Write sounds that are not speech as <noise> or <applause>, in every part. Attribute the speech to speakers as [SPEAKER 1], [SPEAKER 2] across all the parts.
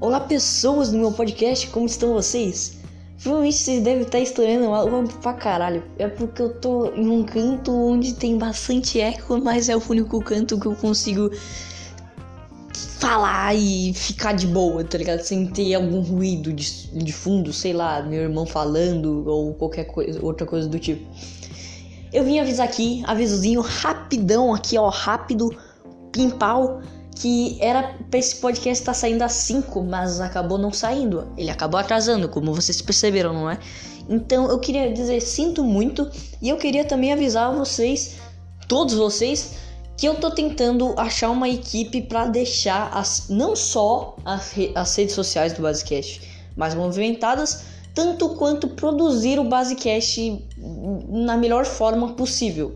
[SPEAKER 1] Olá pessoas do meu podcast, como estão vocês? Provavelmente vocês devem estar estourando algo pra caralho. É porque eu tô em um canto onde tem bastante eco, mas é o único canto que eu consigo falar e ficar de boa, tá ligado? Sem ter algum ruído de, de fundo, sei lá, meu irmão falando ou qualquer coisa, outra coisa do tipo. Eu vim avisar aqui, avisozinho rapidão aqui, ó, rápido, pimpau, que era pra esse podcast estar saindo às 5, mas acabou não saindo. Ele acabou atrasando, como vocês perceberam, não é? Então eu queria dizer sinto muito e eu queria também avisar vocês, todos vocês, que eu tô tentando achar uma equipe pra deixar as, não só as, re- as redes sociais do Basecast mais movimentadas, tanto quanto produzir o Basecast na melhor forma possível.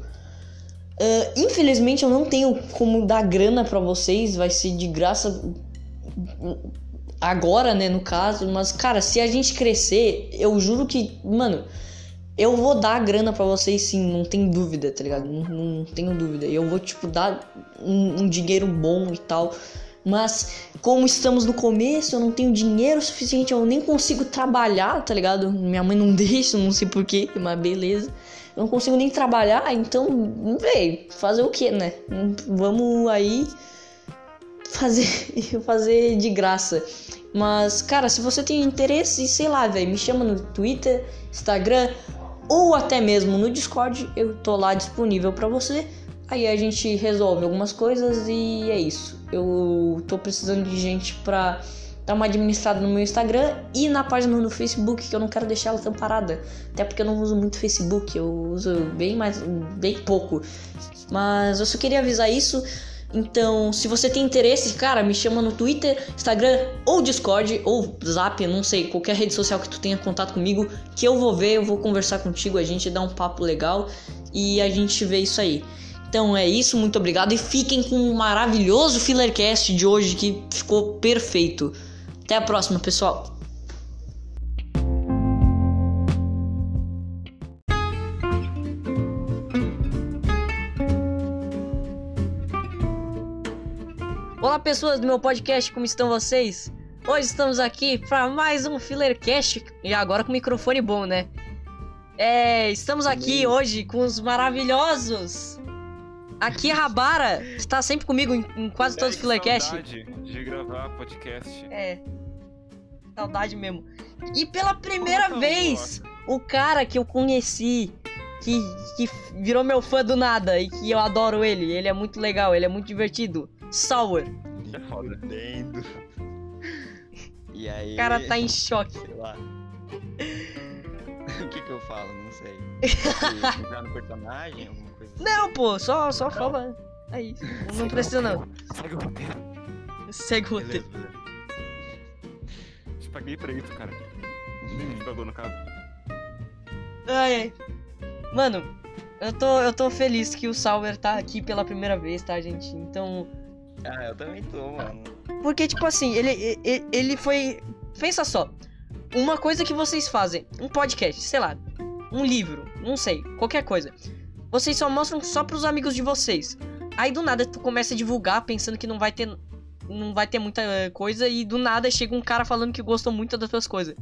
[SPEAKER 1] Ah, infelizmente eu não tenho como dar grana pra vocês, vai ser de graça agora, né, no caso, mas cara, se a gente crescer, eu juro que, mano, eu vou dar grana pra vocês sim, não tem dúvida, tá ligado? Não, não tenho dúvida. Eu vou, tipo, dar um, um dinheiro bom e tal. Mas, como estamos no começo, eu não tenho dinheiro suficiente, eu nem consigo trabalhar, tá ligado? Minha mãe não <laughs> deixa, não sei porquê, mas beleza. Eu não consigo nem trabalhar, então, véi, fazer o que, né? Vamos aí fazer, <laughs> fazer de graça. Mas, cara, se você tem interesse, sei lá, velho, me chama no Twitter, Instagram ou até mesmo no Discord, eu tô lá disponível pra você. Aí a gente resolve algumas coisas e é isso. Eu tô precisando de gente pra dar uma administrada no meu Instagram e na página no Facebook, que eu não quero deixar ela tão parada. Até porque eu não uso muito Facebook, eu uso bem mais bem pouco. Mas eu só queria avisar isso. Então, se você tem interesse, cara, me chama no Twitter, Instagram ou Discord ou Zap, eu não sei, qualquer rede social que tu tenha contato comigo, que eu vou ver, eu vou conversar contigo, a gente dá um papo legal e a gente vê isso aí. Então é isso, muito obrigado e fiquem com o maravilhoso Fillercast de hoje que ficou perfeito. Até a próxima, pessoal. Olá pessoas do meu podcast, como estão vocês? Hoje estamos aqui para mais um Fillercast e agora com microfone bom, né? É, estamos aqui hoje com os maravilhosos. Aqui Rabara que está sempre comigo em, em quase todos os
[SPEAKER 2] Ai,
[SPEAKER 1] Fillercast.
[SPEAKER 2] É, saudade De gravar podcast.
[SPEAKER 1] É. Saudade mesmo. E pela primeira
[SPEAKER 2] Como tá,
[SPEAKER 1] vez, é o cara que eu conheci, que, que virou meu fã do nada e que eu adoro ele, ele é muito legal, ele é muito divertido. Sour.
[SPEAKER 2] É foda.
[SPEAKER 3] Fudendo. E aí.
[SPEAKER 1] O cara tá em choque.
[SPEAKER 3] Sei lá. o que que eu falo? Não
[SPEAKER 2] <laughs>
[SPEAKER 3] sei. Se entrar no personagem, alguma coisa assim.
[SPEAKER 1] Não, pô, só, só fala. Aí, É não precisa não.
[SPEAKER 2] Segue o roteiro.
[SPEAKER 1] Segue o roteiro.
[SPEAKER 3] Beleza, assim? beleza.
[SPEAKER 2] Te paguei pra isso, cara. Te pagou no caso.
[SPEAKER 1] Ai, ai. Mano, eu tô, eu tô feliz que o Sauer tá aqui pela primeira vez, tá, gente? Então.
[SPEAKER 3] Ah, eu também tô, mano.
[SPEAKER 1] Porque, tipo assim, ele, e- e- ele foi. Pensa só. Uma coisa que vocês fazem, um podcast, sei lá, um livro, não sei, qualquer coisa. Vocês só mostram só pros amigos de vocês. Aí do nada tu começa a divulgar pensando que não vai ter. Não vai ter muita eh, coisa e do nada chega um cara falando que gostou muito das tuas coisas.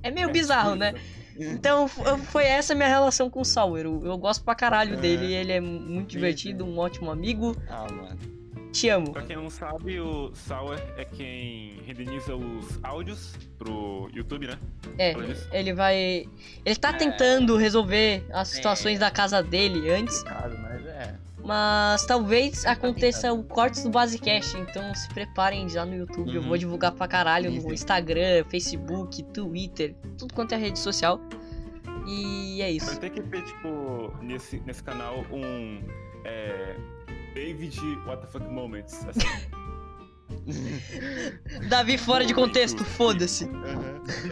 [SPEAKER 1] É meio bizarro, né? Então f- eu- foi essa minha relação com o Sauer. Eu, eu gosto pra caralho
[SPEAKER 3] É.
[SPEAKER 1] dele, ele é muito divertido, um ótimo amigo.
[SPEAKER 3] Ah, mano.
[SPEAKER 1] Te amo.
[SPEAKER 2] Pra quem não sabe, o Sauer é quem renderiza os áudios pro YouTube, né?
[SPEAKER 1] É,
[SPEAKER 2] Fala disso.
[SPEAKER 1] Ele vai. Ele tá
[SPEAKER 3] É.
[SPEAKER 1] tentando resolver as
[SPEAKER 3] É.
[SPEAKER 1] situações da casa dele antes,
[SPEAKER 3] Claro, mas é.
[SPEAKER 1] mas talvez
[SPEAKER 3] Tá
[SPEAKER 1] aconteça o corte do Basecast, então se preparem já no YouTube. Eu
[SPEAKER 3] Uhum.
[SPEAKER 1] vou divulgar pra caralho
[SPEAKER 3] Isso.
[SPEAKER 1] no Instagram, Facebook, Twitter, tudo quanto é rede social. E é
[SPEAKER 2] Vai
[SPEAKER 1] isso.
[SPEAKER 2] ter que ter, tipo, nesse, nesse canal um. É, David What the fuck Moments. Assim. <laughs>
[SPEAKER 1] Davi fora de
[SPEAKER 2] Momento.
[SPEAKER 1] contexto, foda-se.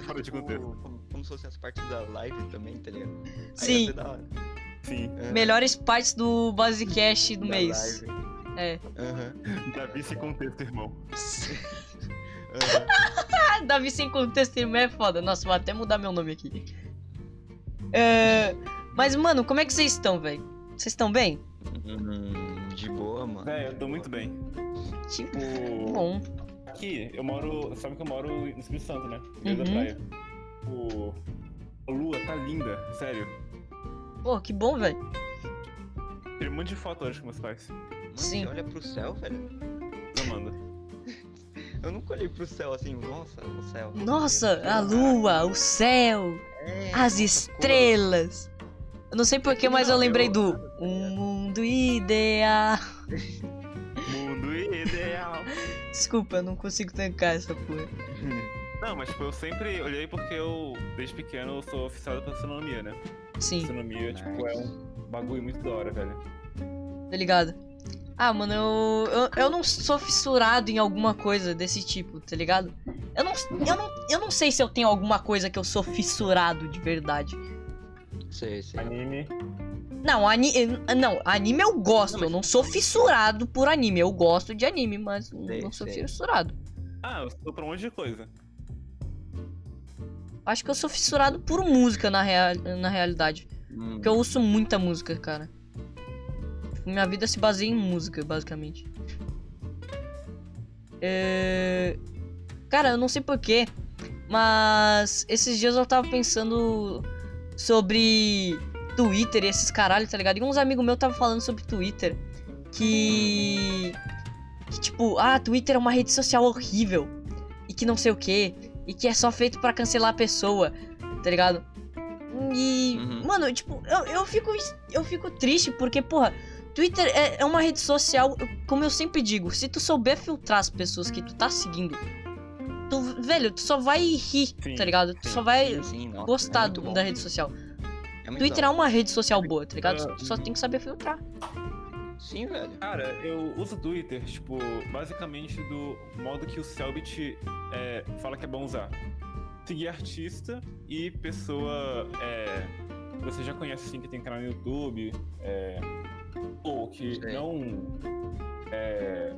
[SPEAKER 2] Fora de contexto.
[SPEAKER 3] Tipo, Como, como se fosse as partes da live também, tá ligado? Aí
[SPEAKER 1] Sim.
[SPEAKER 3] ia ser da hora.
[SPEAKER 2] Sim.
[SPEAKER 3] Aham.
[SPEAKER 1] Melhores partes do Basecast do
[SPEAKER 3] Da
[SPEAKER 1] um mês.
[SPEAKER 3] live.
[SPEAKER 1] É.
[SPEAKER 3] Aham.
[SPEAKER 2] Davi sem contexto, irmão.
[SPEAKER 3] Aham.
[SPEAKER 1] Ah, Davi sem contexto ele é foda. Nossa, vou até mudar meu nome aqui. É, Mas, mano, como é que vocês estão, velho? Vocês estão bem?
[SPEAKER 3] Hum, De boa, mano.
[SPEAKER 2] É, eu tô muito bem.
[SPEAKER 1] Tipo,
[SPEAKER 3] Hum.
[SPEAKER 2] O...
[SPEAKER 1] bom.
[SPEAKER 2] Aqui, eu moro. Sabe que eu moro no Espírito Santo, né? Em da
[SPEAKER 1] Uhum.
[SPEAKER 2] praia. O... A lua tá linda, sério.
[SPEAKER 1] Pô, que bom, velho.
[SPEAKER 2] Tirei um monte de foto hoje com meus pais.
[SPEAKER 3] Mano,
[SPEAKER 1] Sim.
[SPEAKER 3] você olha pro céu, velho.
[SPEAKER 2] Eu mando.
[SPEAKER 3] Eu nunca olhei pro céu assim, nossa, o céu.
[SPEAKER 1] Nossa,
[SPEAKER 3] Meu
[SPEAKER 1] a
[SPEAKER 3] Deus,
[SPEAKER 1] lua, o céu,
[SPEAKER 3] é,
[SPEAKER 1] as
[SPEAKER 3] nossa,
[SPEAKER 1] estrelas. Eu não sei porquê, mas eu
[SPEAKER 3] Não,
[SPEAKER 1] lembrei
[SPEAKER 3] eu-
[SPEAKER 1] do Um Mundo Ideal.
[SPEAKER 2] Mundo ideal.
[SPEAKER 1] Desculpa, eu não consigo tancar essa porra.
[SPEAKER 3] como-
[SPEAKER 2] Não, mas tipo, eu sempre olhei porque eu, desde pequeno, eu sou oficial da astronomia, né?
[SPEAKER 1] Sim,
[SPEAKER 2] Astronomia, tipo, é um bagulho muito da hora, velho.
[SPEAKER 1] tá ligado? Ah, mano, eu, eu, eu não sou fissurado em alguma coisa desse tipo, tá ligado? Eu não, eu, não, eu não sei se eu tenho alguma coisa que eu sou fissurado de verdade.
[SPEAKER 3] Sei, sei.
[SPEAKER 2] Anime.
[SPEAKER 1] Não, ani eh, não anime eu gosto,
[SPEAKER 3] Não, mas-
[SPEAKER 1] eu não sou fissurado por anime. Eu gosto de anime, mas
[SPEAKER 3] Sei,
[SPEAKER 1] não sou
[SPEAKER 3] sei.
[SPEAKER 1] fissurado.
[SPEAKER 2] Ah, eu sou pra um monte de coisa.
[SPEAKER 1] Acho que eu sou fissurado por música na, real, na realidade.
[SPEAKER 3] Hum,
[SPEAKER 1] Porque eu ouço muita música, cara. Tipo, Minha vida se baseia em música, basicamente. É... Cara, eu não sei porquê, mas esses dias eu tava pensando sobre Twitter e esses caralho, tá ligado? E uns amigos meus tava falando sobre Twitter que. que tipo, ah, Twitter é uma rede social horrível e que não sei o que, e que é só feito pra cancelar a pessoa, tá ligado? E,
[SPEAKER 3] Uhum.
[SPEAKER 1] mano, tipo, eu, eu, fico, eu fico triste porque, porra, Twitter é, é uma rede social, como eu sempre digo, se tu souber filtrar as pessoas que tu tá seguindo, tu, velho, tu só vai rir,
[SPEAKER 2] Sim,
[SPEAKER 1] tá ligado? Tu
[SPEAKER 2] sim,
[SPEAKER 1] só vai
[SPEAKER 3] sim, sim, nossa, é
[SPEAKER 1] gostar
[SPEAKER 3] muito bom.
[SPEAKER 1] da rede social.
[SPEAKER 3] É muito
[SPEAKER 1] Twitter é
[SPEAKER 3] bom. É, uhum.
[SPEAKER 1] uma rede social boa, tá ligado?
[SPEAKER 2] Ah,
[SPEAKER 1] Tu só tem que saber filtrar.
[SPEAKER 3] Sim, velho.
[SPEAKER 2] Cara, eu uso o Twitter, tipo, basicamente do modo que o Selbit é, fala que é bom usar. Seguir artista e pessoa é, que você já conhece, assim, que tem canal no YouTube, é, ou que
[SPEAKER 3] Sei.
[SPEAKER 2] não... é,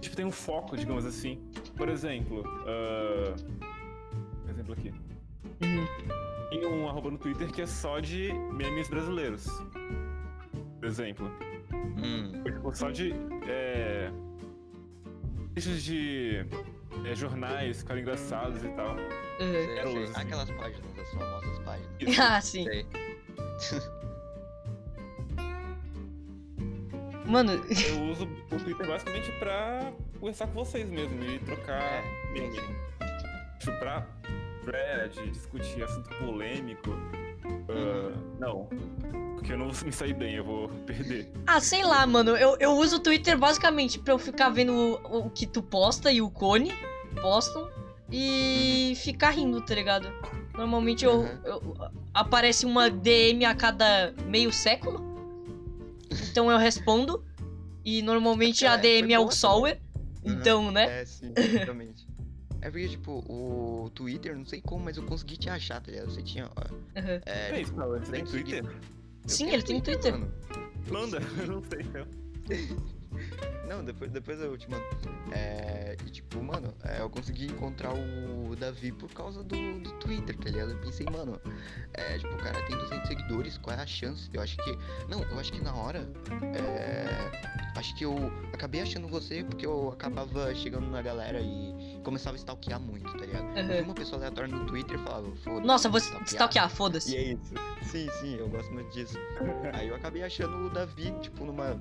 [SPEAKER 2] tipo, tem um foco, digamos assim. Por exemplo, ah, por exemplo aqui.
[SPEAKER 3] Uhum.
[SPEAKER 2] Tem um arroba no Twitter que é só de memes brasileiros. Por exemplo.
[SPEAKER 3] Hum,
[SPEAKER 2] Foi, tipo, só de. É... Textos de. é, jornais, ficaram engraçados e
[SPEAKER 3] <laughs>
[SPEAKER 2] tal.
[SPEAKER 1] Uhum.
[SPEAKER 3] sei,
[SPEAKER 2] Quero
[SPEAKER 3] sei.
[SPEAKER 2] uso.
[SPEAKER 3] Aquelas páginas, as famosas
[SPEAKER 1] <laughs>
[SPEAKER 3] páginas.
[SPEAKER 1] Ah, sim.
[SPEAKER 3] Sei.
[SPEAKER 1] Mano,
[SPEAKER 2] Eu uso o Twitter basicamente pra conversar com vocês mesmo e trocar
[SPEAKER 3] É,
[SPEAKER 2] meme,
[SPEAKER 3] sim, sim.
[SPEAKER 2] tipo, pra thread, discutir assunto polêmico. Ah,
[SPEAKER 3] Uhum.
[SPEAKER 2] não. Porque eu não vou me sair bem, eu vou perder.
[SPEAKER 1] ah, sei lá, mano. Eu, eu uso o Twitter basicamente pra eu ficar vendo o, o que tu posta e o Cone postam e ficar rindo, tá ligado? Normalmente eu,
[SPEAKER 3] Uhum.
[SPEAKER 1] eu- aparece uma DM a cada meio século. Então eu respondo. E normalmente
[SPEAKER 3] Cara,
[SPEAKER 1] a
[SPEAKER 3] foi
[SPEAKER 1] DM é
[SPEAKER 3] boa
[SPEAKER 1] o
[SPEAKER 3] também.
[SPEAKER 1] Solwer.
[SPEAKER 3] Uhum.
[SPEAKER 1] Então, né?
[SPEAKER 3] É, sim, exatamente. É porque, tipo, o Twitter, não sei como, mas eu consegui te achar, tá ligado? Você tinha. ó,
[SPEAKER 1] Uhum.
[SPEAKER 3] É,
[SPEAKER 2] É isso, Paulo, você tem
[SPEAKER 3] nem segui-
[SPEAKER 2] Twitter?
[SPEAKER 3] Eu
[SPEAKER 1] Sim,
[SPEAKER 3] tenho
[SPEAKER 1] ele tem Twitter.
[SPEAKER 3] mano.
[SPEAKER 2] Manda, <laughs> eu não sei. não.
[SPEAKER 3] Não, depois, depois eu te mando. É, e tipo, mano, é, eu consegui encontrar o Davi por causa do, do Twitter, tá ligado? Eu pensei, mano, é, tipo, o cara tem 200 seguidores, qual é a chance? Eu acho que. Não, eu acho que na hora. é, acho que eu acabei achando você porque eu acabava chegando na galera e começava a stalkear muito, tá ligado? Eu vi
[SPEAKER 1] Uhum.
[SPEAKER 3] uma pessoa aleatória no Twitter e falava, foda-se.
[SPEAKER 1] Nossa, vou
[SPEAKER 3] stalkear.
[SPEAKER 1] stalkear,
[SPEAKER 3] E
[SPEAKER 1] foda-se.
[SPEAKER 3] é isso. Sim, sim, eu gosto muito
[SPEAKER 4] <laughs>
[SPEAKER 3] disso. Aí eu acabei achando o Davi, tipo, numa.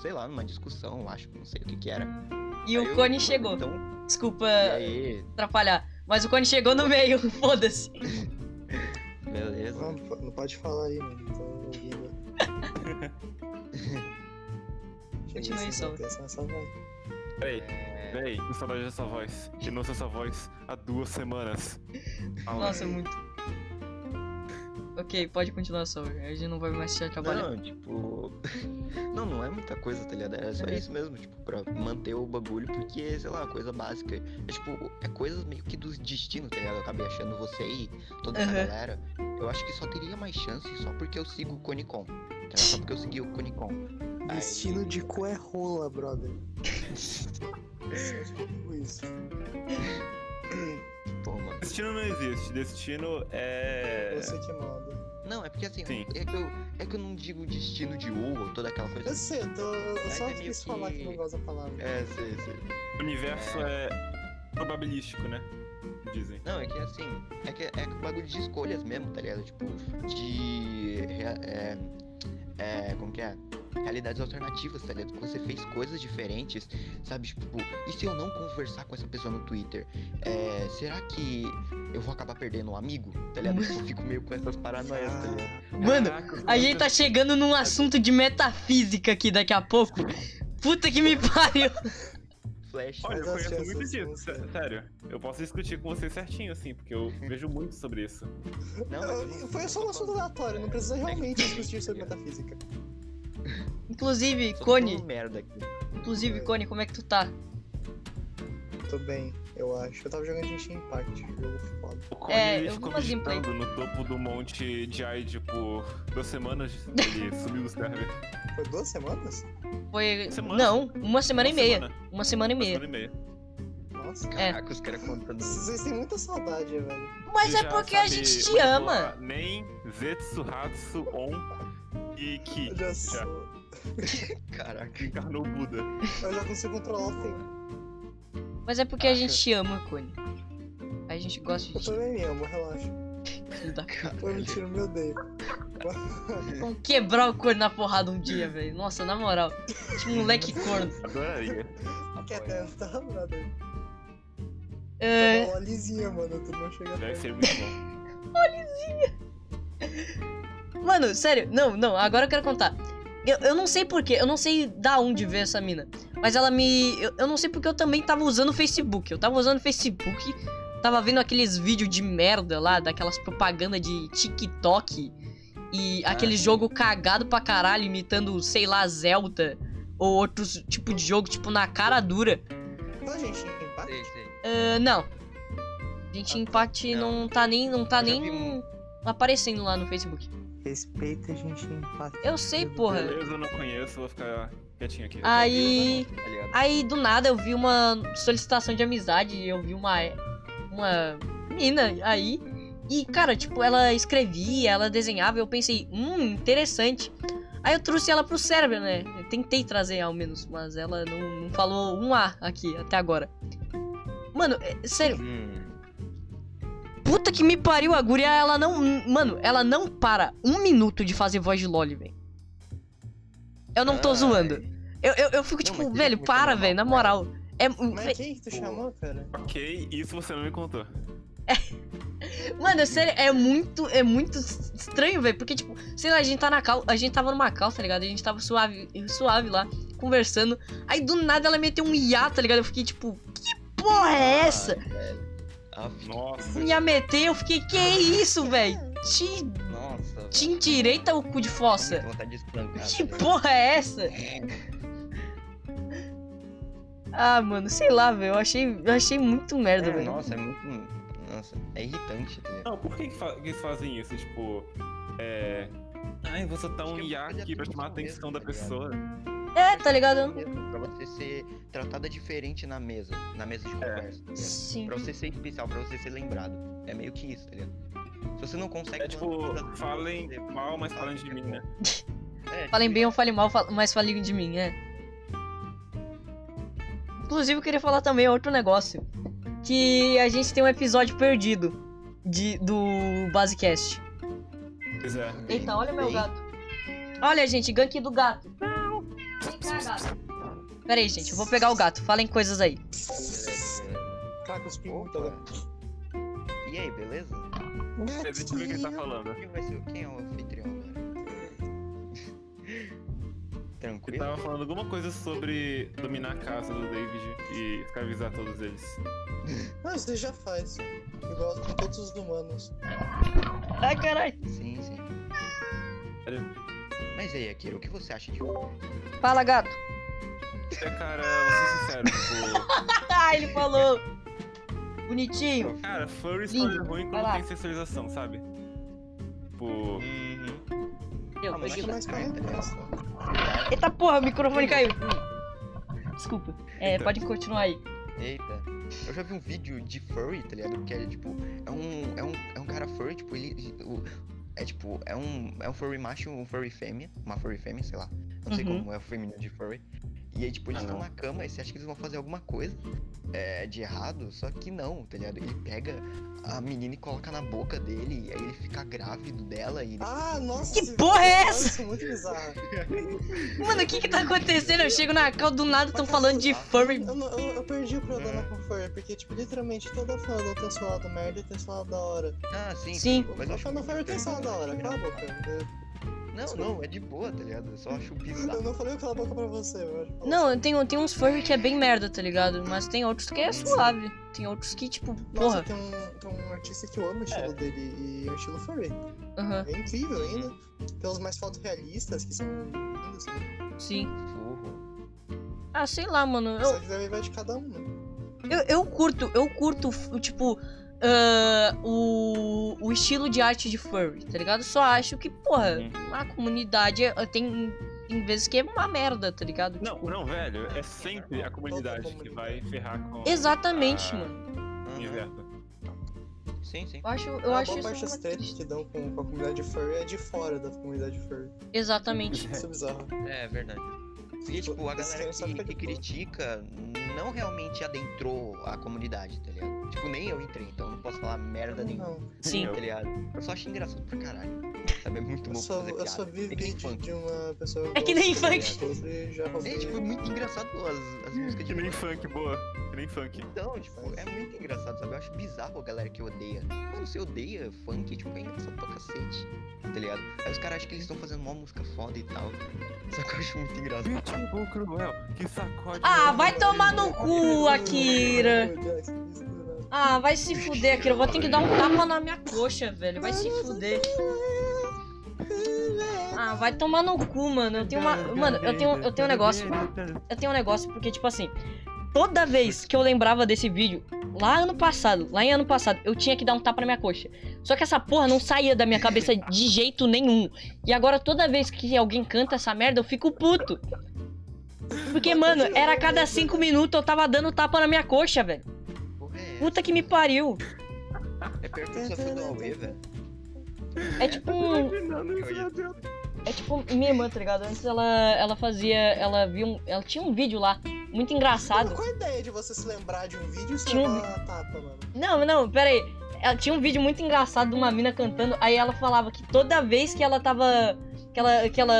[SPEAKER 3] Sei lá, numa discussão, eu acho, não sei o que que era.
[SPEAKER 1] E
[SPEAKER 3] Aí
[SPEAKER 1] o
[SPEAKER 3] eu-
[SPEAKER 1] Cone chegou. Ah.
[SPEAKER 3] Então,
[SPEAKER 1] Desculpa
[SPEAKER 3] e aí?
[SPEAKER 1] atrapalhar. Mas o Cone chegou no meio, <laughs> foda-se.
[SPEAKER 3] Beleza.
[SPEAKER 4] Não, não pode falar aí, mano. então Tô ouvindo.
[SPEAKER 1] Continue aí, Saulo.
[SPEAKER 4] Atenção, só vai.
[SPEAKER 2] Peraí,
[SPEAKER 3] É,
[SPEAKER 2] peraí, com saudade dessa voz. Eu não ouço essa voz há duas semanas. Fala.
[SPEAKER 1] Nossa, muito. Ok, pode continuar, Sauer. A gente não vai mais né? te
[SPEAKER 4] né?
[SPEAKER 1] atrapalhar.
[SPEAKER 3] Não, tipo. <laughs> Não, não é muita coisa, tá ligado? É só
[SPEAKER 1] É.
[SPEAKER 3] isso mesmo, tipo, pra manter o bagulho, porque, sei lá, coisa básica. É tipo, é coisas meio que dos destinos, tá ligado? Eu acabei achando você aí, toda essa
[SPEAKER 1] Aham.
[SPEAKER 3] galera. Eu acho que só teria mais chance só porque eu sigo o Conicon. Tá ligado? Só porque eu segui o Conicon. Aí-
[SPEAKER 4] Destino de cu é rola, brother. Só digo isso.
[SPEAKER 3] Pô, mano.
[SPEAKER 2] Destino não existe. Destino é.
[SPEAKER 4] Você que manda.
[SPEAKER 3] Não, é porque assim,
[SPEAKER 2] Sim.
[SPEAKER 3] é que, eu, é que eu não digo destino de ouro, toda aquela coisa.
[SPEAKER 4] Eu sei, eu, tô, eu
[SPEAKER 3] Mas
[SPEAKER 4] só
[SPEAKER 3] é meio
[SPEAKER 4] quis falar que
[SPEAKER 3] que-
[SPEAKER 4] não gosto da palavra.
[SPEAKER 3] É, sei, sei.
[SPEAKER 2] O universo é probabilístico, né? Dizem.
[SPEAKER 3] Não, é que assim, é que é que o bagulho de escolhas mesmo, tá ligado? Tipo, de. rea- É, é, como que é? Realidades alternativas, tá ligado? Que Você fez coisas diferentes, sabe? Tipo, e se eu não conversar com essa pessoa no Twitter? É, será que eu vou acabar perdendo um amigo? Tá ligado? Eu fico meio com essas
[SPEAKER 4] Ah.
[SPEAKER 3] paranoias, tá
[SPEAKER 4] <laughs>
[SPEAKER 3] ligado?
[SPEAKER 1] Mano,
[SPEAKER 2] Caraca,
[SPEAKER 1] a gente tá chegando num assunto de metafísica aqui daqui a pouco. Puta que me <laughs> pariu.
[SPEAKER 3] Flash.
[SPEAKER 2] Olha, eu
[SPEAKER 3] né?
[SPEAKER 4] Mas eu
[SPEAKER 2] conheço
[SPEAKER 4] assisti
[SPEAKER 2] muito
[SPEAKER 4] essas
[SPEAKER 2] disso,
[SPEAKER 4] músicas.
[SPEAKER 2] sé- sério. Eu posso discutir com você certinho, assim, porque
[SPEAKER 4] <laughs>
[SPEAKER 2] eu vejo muito sobre isso.
[SPEAKER 3] Não, mas eu
[SPEAKER 4] Eu-
[SPEAKER 3] não-
[SPEAKER 4] Foi só um assunto aleatório, não precisa realmente discutir sobre metafísica.
[SPEAKER 1] Inclusive,
[SPEAKER 3] Só tô
[SPEAKER 1] Cone,
[SPEAKER 3] falando merda aqui.
[SPEAKER 1] inclusive, Cone, como é que tu tá?
[SPEAKER 4] Tô bem, eu acho. Eu tava jogando Genshin Impact, jogo foda.
[SPEAKER 2] O Cone
[SPEAKER 1] É,
[SPEAKER 2] ele
[SPEAKER 1] eu vi
[SPEAKER 2] ficou
[SPEAKER 1] umas
[SPEAKER 2] meditando
[SPEAKER 1] gameplay.
[SPEAKER 2] no topo do monte de Aide por duas semanas.
[SPEAKER 1] <laughs>
[SPEAKER 2] Ele subiu o server.
[SPEAKER 4] Foi duas semanas?
[SPEAKER 1] Foi.
[SPEAKER 2] Semana.
[SPEAKER 1] Não, uma semana e
[SPEAKER 2] Uma
[SPEAKER 1] meia.
[SPEAKER 2] semana.
[SPEAKER 1] Uma semana e
[SPEAKER 2] Uma
[SPEAKER 1] meia.
[SPEAKER 2] semana e meia.
[SPEAKER 4] Nossa.
[SPEAKER 3] Caraca, os caras contando.
[SPEAKER 4] Vocês têm muita saudade, velho.
[SPEAKER 1] Mas
[SPEAKER 2] E
[SPEAKER 1] é
[SPEAKER 2] já
[SPEAKER 1] porque a
[SPEAKER 2] sabe
[SPEAKER 1] gente te
[SPEAKER 2] manipular
[SPEAKER 1] ama.
[SPEAKER 2] Nem Zetsu, Hatsu, On e Ki.
[SPEAKER 4] Eu já,
[SPEAKER 2] Já
[SPEAKER 4] sou...
[SPEAKER 3] <laughs> Caraca.
[SPEAKER 2] encarnou o Buda.
[SPEAKER 4] eu já consigo controlar assim. o tempo.
[SPEAKER 1] Mas é porque a gente te ama, Cone. A gente gosta de
[SPEAKER 4] Eu
[SPEAKER 1] te
[SPEAKER 4] também me amo, relaxa.
[SPEAKER 1] ajudar.
[SPEAKER 4] Eu mentira, me odeio.
[SPEAKER 1] Vamos quebrar o Cone na porrada um dia, velho. Nossa, na moral. Esse moleque corno.
[SPEAKER 2] Adoraria.
[SPEAKER 4] Quer tentar, brother?
[SPEAKER 1] É,
[SPEAKER 4] É. tá Uma lisinha, mano, tu não chega
[SPEAKER 2] Deve
[SPEAKER 4] perto.
[SPEAKER 2] ser muito bom.
[SPEAKER 1] Mano, sério, não, não, agora eu quero contar. Eu, eu não sei porquê, eu não sei da onde veio essa mina. Mas ela me. Eu, eu não sei porque eu também tava usando o Facebook. Eu tava usando o Facebook, tava vendo aqueles vídeos de merda lá, daquelas propaganda de TikTok e aquele jogo cagado pra caralho, imitando, sei lá, Zelda ou outros tipo de jogo, tipo, na cara dura.
[SPEAKER 4] Tá, gente, empate?
[SPEAKER 3] Sei, sei.
[SPEAKER 1] Ah, não. Gente,
[SPEAKER 4] Ah, tá.
[SPEAKER 1] Impact
[SPEAKER 3] Não.
[SPEAKER 1] não tá nem. não tá
[SPEAKER 3] Eu já
[SPEAKER 1] nem
[SPEAKER 3] vi um.
[SPEAKER 1] aparecendo lá no Facebook.
[SPEAKER 4] Respeita, gente, empate.
[SPEAKER 1] Eu sei, porra.
[SPEAKER 2] Beleza, eu não conheço, vou ficar quietinho aqui.
[SPEAKER 1] Aí.
[SPEAKER 3] Tá ligado?
[SPEAKER 1] Aí do nada eu vi uma solicitação de amizade, eu vi uma. Uma mina aí. E, cara, tipo, ela escrevia, ela desenhava, eu pensei, hum, interessante. Aí eu trouxe ela pro cérebro, né? Eu tentei trazer ao menos, mas ela não, não falou um A aqui até agora. Mano, é- sério,
[SPEAKER 3] Hum.
[SPEAKER 1] puta que me pariu a guria, ela não. Mano, ela não para um minuto de fazer voz de Loli, velho. Eu não tô
[SPEAKER 3] Ai.
[SPEAKER 1] zoando. Eu, eu, eu fico
[SPEAKER 3] Não,
[SPEAKER 1] tipo,
[SPEAKER 3] mas
[SPEAKER 1] velho,
[SPEAKER 3] seja muito
[SPEAKER 1] para,
[SPEAKER 3] normal,
[SPEAKER 1] velho, na
[SPEAKER 3] né?
[SPEAKER 1] moral. É,
[SPEAKER 4] Mas quem que tu chamou, cara?
[SPEAKER 2] Ok, isso você não me contou.
[SPEAKER 1] mano, é sério, é muito, é muito s- estranho, velho. Porque, tipo, sei lá, a gente tá na cal, a gente tava numa cal, tá ligado? A gente tava suave, suave lá, conversando. Aí do nada ela meteu um IA, tá ligado? Eu fiquei tipo, que porra é essa?
[SPEAKER 3] Ah, velho. Aff,
[SPEAKER 2] Nossa.
[SPEAKER 1] Um IA meter, eu fiquei, que isso, velho? Te,
[SPEAKER 3] Nossa, velho.
[SPEAKER 1] te endireita o cu de
[SPEAKER 3] Nossa.
[SPEAKER 1] fossa.
[SPEAKER 3] vontade de espancar.
[SPEAKER 1] Que
[SPEAKER 3] tá ligado?
[SPEAKER 1] porra é essa? Ah, mano, sei lá, velho. Eu achei, eu achei muito merda,
[SPEAKER 3] É,
[SPEAKER 1] velho.
[SPEAKER 3] nossa, é muito. Nossa, é irritante. Tá ligado?
[SPEAKER 2] Não, por que, que, fa- que eles fazem isso? Tipo, é. Ai, vou soltar
[SPEAKER 3] Acho
[SPEAKER 2] um
[SPEAKER 3] que é
[SPEAKER 2] IA
[SPEAKER 3] por causa
[SPEAKER 2] aqui pra
[SPEAKER 3] da
[SPEAKER 2] chamar a
[SPEAKER 3] atenção
[SPEAKER 2] atenção da
[SPEAKER 3] mesmo, tá
[SPEAKER 2] pessoa.
[SPEAKER 1] É, tá ligado?
[SPEAKER 3] Mesmo, Pra você ser tratada diferente na mesa, na mesa
[SPEAKER 2] É.
[SPEAKER 3] de conversa.
[SPEAKER 1] É.
[SPEAKER 3] tá ligado?
[SPEAKER 1] Sim.
[SPEAKER 3] Pra você ser especial, pra você ser lembrado. É meio que isso, tá ligado? Se você não consegue.
[SPEAKER 2] É tipo, falem mal, mas falem de mim, né?
[SPEAKER 3] É,
[SPEAKER 1] Falem
[SPEAKER 3] tipo
[SPEAKER 1] bem ou falem mal, fal- mas falem de mim, é. Inclusive, eu queria falar também outro negócio. Que a gente tem um episódio perdido de, do Basecast.
[SPEAKER 2] Pois é.
[SPEAKER 3] isso.
[SPEAKER 1] Eita, olha meu
[SPEAKER 3] Bem, tá
[SPEAKER 1] gato. Olha, gente, gank do gato. Vem cá, gato. Pera aí, gente, eu vou pegar o gato. Falem coisas aí.
[SPEAKER 3] beleza, beleza.
[SPEAKER 4] Cara, cuspi muito, velho.
[SPEAKER 3] Opa. E aí, beleza?
[SPEAKER 2] Deixa eu ver o que ele tá falando.
[SPEAKER 3] Quem vai ser quem é o anfitrião agora?
[SPEAKER 2] Ele
[SPEAKER 3] Tranquilo?
[SPEAKER 2] tava falando alguma coisa sobre dominar a casa do David e escravizar todos eles.
[SPEAKER 4] Não, isso Ah, já faz. Igual com todos os humanos.
[SPEAKER 1] Ai, caralho.
[SPEAKER 3] Sim, sim.
[SPEAKER 2] Pera aí.
[SPEAKER 3] Mas e aí, Akira, o que você acha de
[SPEAKER 1] Fala, gato.
[SPEAKER 2] É, cara, vou ser
[SPEAKER 1] <laughs>
[SPEAKER 2] sincero, tipo.
[SPEAKER 1] Ah, ele falou. Bonitinho.
[SPEAKER 2] Cara, furry só
[SPEAKER 1] Lindo.
[SPEAKER 2] é ruim
[SPEAKER 1] Vai
[SPEAKER 2] quando
[SPEAKER 1] lá.
[SPEAKER 2] tem sensorização, sabe? Tipo.
[SPEAKER 1] Eu,
[SPEAKER 3] Ah, mas
[SPEAKER 1] eu-
[SPEAKER 3] acho
[SPEAKER 4] mais pra retenção.
[SPEAKER 1] Eita porra, o microfone caiu. Desculpa. É,
[SPEAKER 2] Eita.
[SPEAKER 1] pode continuar aí.
[SPEAKER 3] Eita. Eu já vi um vídeo de furry, tá ligado? Que é tipo, é um, é um, é um cara furry, tipo, ele. ele- o- é tipo, é um, é um furry macho e um furry fêmea. Uma furry fêmea, sei lá. Eu não sei
[SPEAKER 1] Uhum.
[SPEAKER 3] como é o feminino de furry. E aí, tipo, eles
[SPEAKER 2] Ah,
[SPEAKER 3] estão
[SPEAKER 2] não.
[SPEAKER 3] na cama e você acha que eles vão fazer alguma coisa é, de errado, só que não, tá ligado? Ele pega a menina e coloca na boca dele, e aí ele fica grávido dela e.
[SPEAKER 4] Ah, nossa.
[SPEAKER 1] Que
[SPEAKER 4] esse
[SPEAKER 1] porra é
[SPEAKER 4] vídeo-
[SPEAKER 1] essa?
[SPEAKER 4] Nossa, muito bizarro.
[SPEAKER 1] Mano, o que que tá acontecendo? Eu chego na cal do nada, tão falando de furry.
[SPEAKER 4] Eu, não- eu- eu perdi o
[SPEAKER 3] Hum.
[SPEAKER 4] problema com furry, porque, tipo, literalmente toda fandom tem seu lado merda e tem seu lado da hora.
[SPEAKER 3] Ah, sim.
[SPEAKER 1] Sim.
[SPEAKER 3] Mas eu acho
[SPEAKER 4] Fandom Tá furry tem
[SPEAKER 3] que-
[SPEAKER 4] seu é lado da hora, cala a boca. Eu-
[SPEAKER 3] Não, não, é de boa, tá ligado? Eu só acho bizarro.
[SPEAKER 4] <laughs> Eu não falei o cala a boca pra você, mano.
[SPEAKER 1] Não, tem, tem uns furry que é bem merda, tá ligado? Mas tem outros que é suave. Tem outros que, tipo, porra.
[SPEAKER 4] Nossa, tem um, tem um artista que eu amo o estilo dele e é o estilo furry.
[SPEAKER 1] Aham,
[SPEAKER 4] É incrível ainda. Tem os mais fotorrealistas que são lindos. Né?
[SPEAKER 1] sim.
[SPEAKER 3] Furro.
[SPEAKER 1] Ah, sei lá, mano. Eu,
[SPEAKER 4] Só que daí vai de cada um. né?
[SPEAKER 1] Eu, eu curto, eu curto, f- tipo, ah, o, o estilo de arte de furry, tá ligado? Só acho que, porra,
[SPEAKER 2] Uhum.
[SPEAKER 1] a comunidade é- tem, tem vezes que é uma merda, tá ligado?
[SPEAKER 2] Não, não, velho, é sempre a comunidade que vai
[SPEAKER 4] comunidade.
[SPEAKER 2] ferrar com
[SPEAKER 1] Exatamente,
[SPEAKER 2] Ah.
[SPEAKER 1] mano.
[SPEAKER 2] o
[SPEAKER 3] Aham.
[SPEAKER 2] universo.
[SPEAKER 3] Sim, sim.
[SPEAKER 1] Eu acho, eu
[SPEAKER 4] a
[SPEAKER 1] acho
[SPEAKER 4] boa
[SPEAKER 1] isso
[SPEAKER 4] parte das
[SPEAKER 1] uma
[SPEAKER 4] tretas
[SPEAKER 1] triste-
[SPEAKER 4] que dão com, com a comunidade furry é de fora da comunidade furry. <laughs>
[SPEAKER 1] Exatamente.
[SPEAKER 4] Isso é bizarro.
[SPEAKER 3] É verdade. Porque, tipo, a
[SPEAKER 4] Esse
[SPEAKER 3] galera
[SPEAKER 4] cara só
[SPEAKER 3] que,
[SPEAKER 4] fica de
[SPEAKER 3] que
[SPEAKER 4] boa.
[SPEAKER 3] critica não realmente adentrou a comunidade, tá ligado? Tipo, nem eu entrei, então não posso falar merda nenhuma,
[SPEAKER 4] Não,
[SPEAKER 1] Sim.
[SPEAKER 3] tá ligado? Eu só acho engraçado pra caralho. Sabe, é muito
[SPEAKER 4] eu
[SPEAKER 3] bom
[SPEAKER 4] só,
[SPEAKER 3] fazer
[SPEAKER 4] eu
[SPEAKER 3] piada.
[SPEAKER 4] só
[SPEAKER 3] É
[SPEAKER 4] vi
[SPEAKER 3] que nem
[SPEAKER 4] vídeo
[SPEAKER 3] funk.
[SPEAKER 4] de uma pessoa.
[SPEAKER 1] É que nem
[SPEAKER 4] gosta de
[SPEAKER 1] funk.
[SPEAKER 4] todos e já roubei.
[SPEAKER 3] É, tipo, é muito engraçado as, as músicas de
[SPEAKER 2] Hum, Que nem
[SPEAKER 3] funk.
[SPEAKER 2] funk, boa. Que nem funk.
[SPEAKER 3] Então, tipo, é muito engraçado, sabe? Eu acho bizarro a galera que odeia. Mano, você odeia funk, tipo, é engraçado pra cacete, tá ligado? Aí os caras acham que eles estão fazendo uma música foda e tal. Só que eu acho muito engraçado.
[SPEAKER 2] Pitbull cruel, que sacode.
[SPEAKER 1] Ah, vai tomar no cu, Akira.
[SPEAKER 4] Meu Deus, isso não é nada.
[SPEAKER 1] Ah, vai se fuder, Akira. Eu vou ter que dar um tapa na minha coxa, velho. Vai se fuder. Ah, vai tomar no cu, mano. Eu tenho uma. Mano, eu tenho, eu tenho um negócio. eu tenho um negócio, porque, tipo assim, toda vez que eu lembrava desse vídeo, lá ano passado, lá em ano passado, eu tinha que dar um tapa na minha coxa. Só que essa porra não saía da minha cabeça de jeito nenhum. E agora, toda vez que alguém canta essa merda, eu fico puto. Porque, mano, era a cada cinco minutos eu tava dando tapa na minha coxa, velho.
[SPEAKER 3] Porra, é
[SPEAKER 1] Puta
[SPEAKER 3] essa,
[SPEAKER 1] que me
[SPEAKER 3] mano?
[SPEAKER 1] pariu.
[SPEAKER 3] É pior que o desafio da UE, velho.
[SPEAKER 1] É tipo um. É tipo minha irmã, tá ligado? Antes ela, ela fazia. Ela viu um. Ela tinha um vídeo lá, muito engraçado.
[SPEAKER 4] Qual a ideia de você se lembrar de um vídeo e se
[SPEAKER 1] Tinha um
[SPEAKER 4] levar uma tapa,
[SPEAKER 2] <laughs>
[SPEAKER 4] mano?
[SPEAKER 1] Não, não, pera aí. Ela tinha um vídeo muito engraçado de uma mina cantando, aí ela falava que toda vez que ela tava. que ela, que ela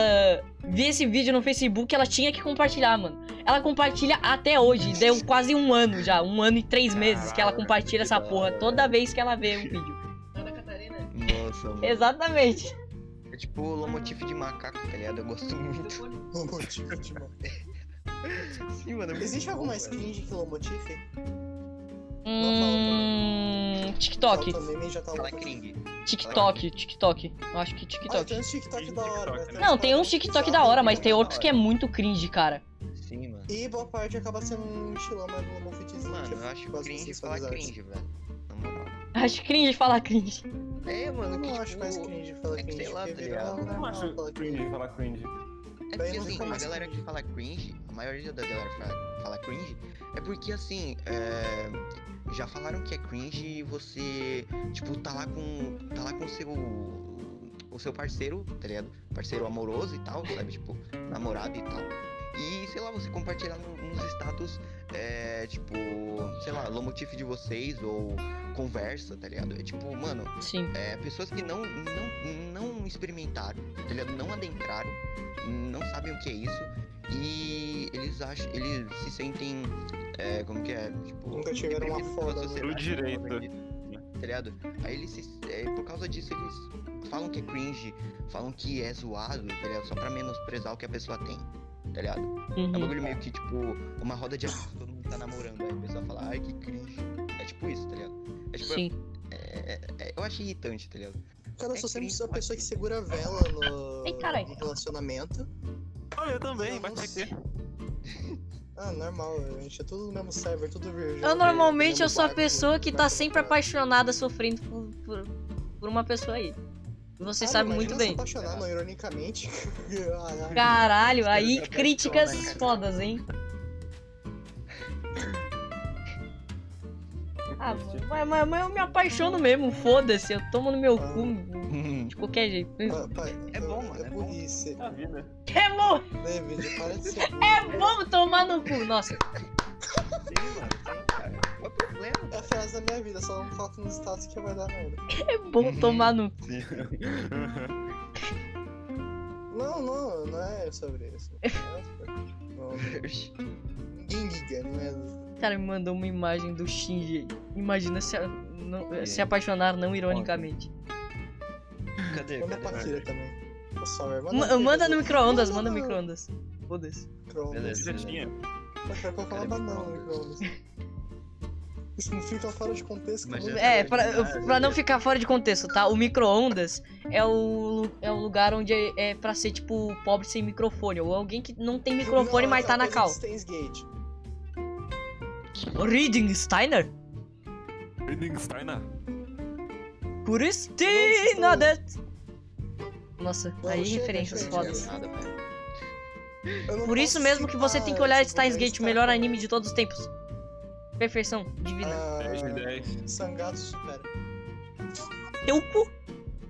[SPEAKER 1] via esse vídeo no Facebook, ela tinha que compartilhar, mano. Ela compartilha até <laughs> hoje, deu quase um ano já, um ano e três meses que ela
[SPEAKER 3] Caraca,
[SPEAKER 1] compartilha
[SPEAKER 3] que
[SPEAKER 1] essa
[SPEAKER 3] da
[SPEAKER 1] porra
[SPEAKER 3] hora.
[SPEAKER 1] toda vez que ela vê um vídeo. Catarina?
[SPEAKER 3] Nossa, mano.
[SPEAKER 1] Exatamente.
[SPEAKER 3] É tipo o lomotif de macaco, tá ligado? Eu gosto
[SPEAKER 4] <laughs>
[SPEAKER 3] muito.
[SPEAKER 4] Lomotif, tipo.
[SPEAKER 3] Sim, mano. é muito
[SPEAKER 4] Existe
[SPEAKER 3] bom,
[SPEAKER 4] alguma
[SPEAKER 3] velho.
[SPEAKER 4] skin de Kilomotif?
[SPEAKER 1] Hum. TikTok.
[SPEAKER 4] Também já tá
[SPEAKER 3] Fala
[SPEAKER 4] louco.
[SPEAKER 3] Kring.
[SPEAKER 1] TikTok, TikTok. Eu acho que
[SPEAKER 4] Ah,
[SPEAKER 1] TikTok.
[SPEAKER 4] tem uns TikTok da hora. mas
[SPEAKER 2] Tem
[SPEAKER 1] Não, tem uns TikTok da hora, mas tem
[SPEAKER 4] bizarro.
[SPEAKER 1] outros que é muito cringe, cara.
[SPEAKER 3] Sim, mano.
[SPEAKER 4] <laughs> E boa parte acaba sendo um estilão mais lomofitizante.
[SPEAKER 3] Mano, eu acho
[SPEAKER 4] tipo assim,
[SPEAKER 3] cringe falar cringe, velho. Na moral.
[SPEAKER 1] Acho cringe falar cringe.
[SPEAKER 3] É,
[SPEAKER 4] Eu
[SPEAKER 3] mano, que
[SPEAKER 4] não acho
[SPEAKER 3] tipo,
[SPEAKER 4] mais cringe falar
[SPEAKER 3] é que
[SPEAKER 4] cringe.
[SPEAKER 3] sei lá,
[SPEAKER 4] porque
[SPEAKER 3] tá
[SPEAKER 4] virou
[SPEAKER 3] ligado?
[SPEAKER 2] Eu não
[SPEAKER 4] normal
[SPEAKER 2] acho
[SPEAKER 4] falar
[SPEAKER 2] cringe falar cringe.
[SPEAKER 3] É porque
[SPEAKER 4] Daí não
[SPEAKER 3] assim,
[SPEAKER 4] fica
[SPEAKER 3] a
[SPEAKER 4] mais
[SPEAKER 3] galera que
[SPEAKER 4] cringe.
[SPEAKER 3] fala cringe, a maioria da galera fala, fala cringe, é porque assim, é, já falaram que é cringe e você, tipo, tá lá com. tá lá com o seu. o seu parceiro, tá ligado? Parceiro amoroso e tal, sabe? Tipo, namorado e tal. E, sei lá, você compartilhar no- nos status, é, tipo, sei lá, lomotif de vocês ou conversa, tá ligado? É tipo, mano,
[SPEAKER 1] Sim.
[SPEAKER 3] É, pessoas que não, não, não experimentaram, tá ligado? Não adentraram, não sabem o que é isso. E eles acham. Eles se sentem. é, como que é? Tipo.
[SPEAKER 4] Nunca tiveram uma
[SPEAKER 3] deprimidos pela
[SPEAKER 4] foda, né?
[SPEAKER 3] sociedade
[SPEAKER 2] Do
[SPEAKER 3] por causa
[SPEAKER 2] direito.
[SPEAKER 3] disso, Tá ligado? Aí eles se- é, por causa disso eles falam que é cringe, falam que é zoado, tá ligado? Só pra menosprezar o que a pessoa tem, tá ligado? É um
[SPEAKER 1] Uhum.
[SPEAKER 3] bagulho meio que, tipo, uma roda de amigos, todo mundo tá namorando, aí a pessoa fala, ai que cringe. É tipo isso, tá ligado? É tipo,
[SPEAKER 1] Sim.
[SPEAKER 3] é- é- é- eu acho irritante, tá ligado?
[SPEAKER 4] Cara, eu
[SPEAKER 3] É
[SPEAKER 4] sou sempre
[SPEAKER 3] cringe
[SPEAKER 4] só a
[SPEAKER 3] falar
[SPEAKER 4] pessoa que
[SPEAKER 3] cringe.
[SPEAKER 4] segura a vela no,
[SPEAKER 1] Ei, carai.
[SPEAKER 4] no relacionamento.
[SPEAKER 2] Ah, eu também, vai ter que.
[SPEAKER 4] Ah, normal, a gente é tudo no mesmo server, tudo virgem.
[SPEAKER 1] Eu normalmente eu
[SPEAKER 4] é mesmo né?
[SPEAKER 1] sou a
[SPEAKER 4] barco,
[SPEAKER 1] pessoa que tá
[SPEAKER 4] barco
[SPEAKER 1] sempre
[SPEAKER 4] pra-
[SPEAKER 1] apaixonada sofrendo por, por, por uma pessoa aí. Você
[SPEAKER 4] Ah,
[SPEAKER 1] sabe
[SPEAKER 4] imagina
[SPEAKER 1] muito
[SPEAKER 4] se
[SPEAKER 1] bem.
[SPEAKER 4] apaixonar,
[SPEAKER 3] <laughs>
[SPEAKER 4] não, ironicamente. Ah, Caralho.
[SPEAKER 1] Caralho, aí
[SPEAKER 3] Apaixona,
[SPEAKER 1] críticas
[SPEAKER 3] cara.
[SPEAKER 1] fodas, hein? Ah, mano, mas, mas, mas eu me apaixono mesmo, foda-se, eu tomo no meu
[SPEAKER 3] Ah.
[SPEAKER 1] cu de qualquer jeito.
[SPEAKER 4] Pa- pa-
[SPEAKER 3] É bom, mano, é bom.
[SPEAKER 4] ah, burrice.
[SPEAKER 2] A vida.
[SPEAKER 1] É bom,
[SPEAKER 4] David, para de ser burro.
[SPEAKER 1] <laughs> é bom tomar no cu, nossa.
[SPEAKER 3] Sim, mano, sim, cara. Qual é o problema?
[SPEAKER 4] É a frase da minha vida, só não coloca nos status que vai dar merda.
[SPEAKER 1] É bom tomar no cu.
[SPEAKER 4] Não, não, não é sobre isso. Não, é sobre- não, não. ninguém liga, não é?
[SPEAKER 1] O cara me mandou uma imagem do Shinji. aí. Imagina se, a- não- se apaixonar não ironicamente.
[SPEAKER 3] Cadê?
[SPEAKER 4] Manda pra
[SPEAKER 3] Cadê?
[SPEAKER 4] Kira é também. Ô, Summer, manda
[SPEAKER 1] Ma-
[SPEAKER 4] pra
[SPEAKER 1] Manda
[SPEAKER 4] Kira.
[SPEAKER 1] no micro-ondas, manda no
[SPEAKER 4] Não, não, não.
[SPEAKER 1] micro-ondas. Foda-se.
[SPEAKER 4] Micro-ondas.
[SPEAKER 3] Beleza.
[SPEAKER 2] Já é tinha.
[SPEAKER 4] Eu quero colocar uma
[SPEAKER 3] Cara,
[SPEAKER 4] banana no
[SPEAKER 3] micro-ondas.
[SPEAKER 4] micro-ondas. Isso não fica fora de contexto.
[SPEAKER 3] Mas
[SPEAKER 4] não.
[SPEAKER 3] já-
[SPEAKER 1] É, pra, pra não ficar fora de contexto, tá? O micro-ondas é o, lu- é o lugar onde é, é pra ser, tipo, pobre sem microfone. Ou alguém que não tem microfone,
[SPEAKER 4] Não,
[SPEAKER 1] mas tá
[SPEAKER 4] essa
[SPEAKER 1] na
[SPEAKER 4] coisa
[SPEAKER 1] cal.
[SPEAKER 4] de Steins Gate.
[SPEAKER 1] Reading Steiner?
[SPEAKER 2] Steiner.
[SPEAKER 1] Christina Det! Nossa,
[SPEAKER 4] Não,
[SPEAKER 1] aí
[SPEAKER 4] chega,
[SPEAKER 1] referências
[SPEAKER 4] chega,
[SPEAKER 1] fodas.
[SPEAKER 4] chega.
[SPEAKER 3] Nada, velho.
[SPEAKER 4] Eu não
[SPEAKER 1] Por isso
[SPEAKER 4] posso
[SPEAKER 1] mesmo que você tem que
[SPEAKER 4] citar
[SPEAKER 1] olhar
[SPEAKER 4] esse
[SPEAKER 1] Steins
[SPEAKER 4] lugar,
[SPEAKER 1] Gate, o
[SPEAKER 4] tá?
[SPEAKER 1] melhor anime de todos os tempos. Perfeição, divina.
[SPEAKER 4] Ah,
[SPEAKER 2] 10 de 10.
[SPEAKER 4] Sangatsu supera.
[SPEAKER 1] Teu cu!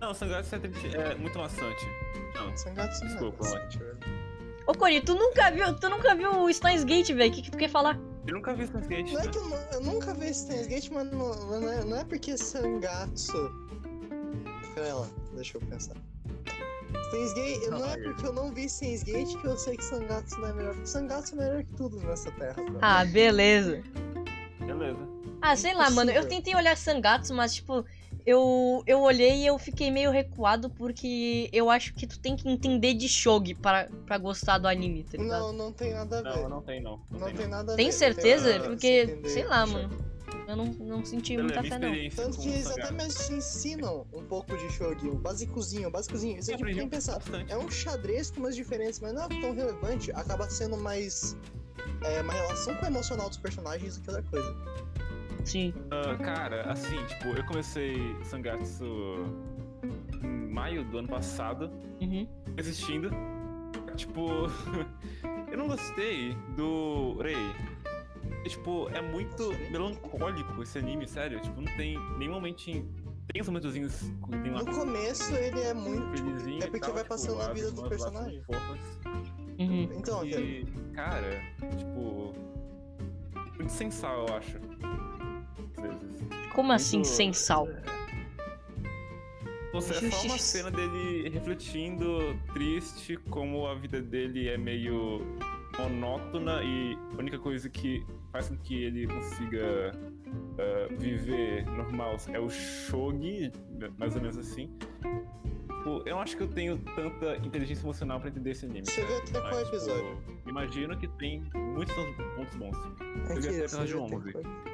[SPEAKER 2] Não, Sangatsu é, tri- é muito maçante. Não.
[SPEAKER 4] Sangatsu não.
[SPEAKER 2] Desculpa, mãe.
[SPEAKER 1] Ô, Cori, tu nunca viu, tu nunca viu o Steins Gate, velho? O que, que tu quer falar?
[SPEAKER 2] Eu nunca vi Steins Gate.
[SPEAKER 4] Não é que eu, nu- eu nunca vi Steins Gate, mas não, mas não é, não é porque Sangatsu. Pera lá, deixa eu pensar. Steins Gate, não é
[SPEAKER 3] Ai.
[SPEAKER 4] porque eu não vi Steins Gate que eu sei que Sangatsu não é melhor. Porque Sangatsu é melhor que tudo nessa terra. bro.
[SPEAKER 1] Ah, beleza.
[SPEAKER 2] Beleza.
[SPEAKER 1] Ah, sei lá, mano. Eu
[SPEAKER 4] Impossível.
[SPEAKER 1] tentei olhar Sangatsu, mas, tipo, eu, eu olhei e eu fiquei meio recuado porque eu acho que tu tem que entender de shogi pra, pra gostar do anime, tá ligado?
[SPEAKER 4] Não, não tem nada a ver.
[SPEAKER 2] Não,
[SPEAKER 4] Não,
[SPEAKER 2] não tem não. Não,
[SPEAKER 4] tem nada a ver.
[SPEAKER 1] Tem
[SPEAKER 4] não
[SPEAKER 1] certeza?
[SPEAKER 4] nada a ver, se
[SPEAKER 1] Porque,
[SPEAKER 4] entender,
[SPEAKER 1] sei lá,
[SPEAKER 4] poxa.
[SPEAKER 1] mano. Eu não, não senti
[SPEAKER 2] Beleza,
[SPEAKER 1] muita
[SPEAKER 2] minha
[SPEAKER 1] fé, não.
[SPEAKER 2] experiência
[SPEAKER 4] Tanto
[SPEAKER 2] com
[SPEAKER 4] que eles
[SPEAKER 2] Sangatsu.
[SPEAKER 4] até mesmo te ensinam um pouco de shogi, o básicozinho, o básicozinho. Isso
[SPEAKER 2] Eu
[SPEAKER 4] aí tipo,
[SPEAKER 2] aprendi
[SPEAKER 4] tem que pensar.
[SPEAKER 2] bastante.
[SPEAKER 4] É um xadrez com umas diferenças, mas não é tão relevante. Acaba sendo mais. É, uma relação com o emocional dos personagens do que outra coisa.
[SPEAKER 1] Sim.
[SPEAKER 2] Ah, cara, assim, tipo, eu comecei Sangatsu em maio do ano passado,
[SPEAKER 1] Uhum.
[SPEAKER 2] existindo. Tipo, <laughs> eu não gostei do Rei. É, Tipo, é muito melancólico esse anime, sério. Tipo, não tem nem momentinho. Tem os momentozinhos que tem uma
[SPEAKER 4] No começo ele é muito. tipo,
[SPEAKER 2] felizinha.
[SPEAKER 4] é
[SPEAKER 2] e
[SPEAKER 4] porque
[SPEAKER 2] tal,
[SPEAKER 4] vai
[SPEAKER 2] tipo,
[SPEAKER 4] passando a
[SPEAKER 2] as
[SPEAKER 4] vida do
[SPEAKER 2] irmãs lá são
[SPEAKER 4] personagem.
[SPEAKER 2] fofas.
[SPEAKER 1] Uhum.
[SPEAKER 4] Então, aquele-
[SPEAKER 2] Hum. E, cara, tipo. Muito sensal, eu acho. Às vezes.
[SPEAKER 1] Como assim,
[SPEAKER 2] Muito- né?
[SPEAKER 1] sem sal?
[SPEAKER 2] Nossa, é só uma cena dele refletindo, triste, como a vida dele é meio monótona e a única coisa que faz com que ele consiga ah, viver normal é o shogi, mais ou menos assim. Tipo, eu não acho que eu tenho tanta inteligência emocional pra entender esse anime.
[SPEAKER 4] Você vê até
[SPEAKER 2] Mas,
[SPEAKER 4] qual
[SPEAKER 2] tipo,
[SPEAKER 4] é um episódio?
[SPEAKER 2] imagino que tem muitos pontos bons.
[SPEAKER 4] Aqui,
[SPEAKER 2] vi até
[SPEAKER 4] você
[SPEAKER 2] episódio
[SPEAKER 4] vê até
[SPEAKER 2] 11.
[SPEAKER 4] qual-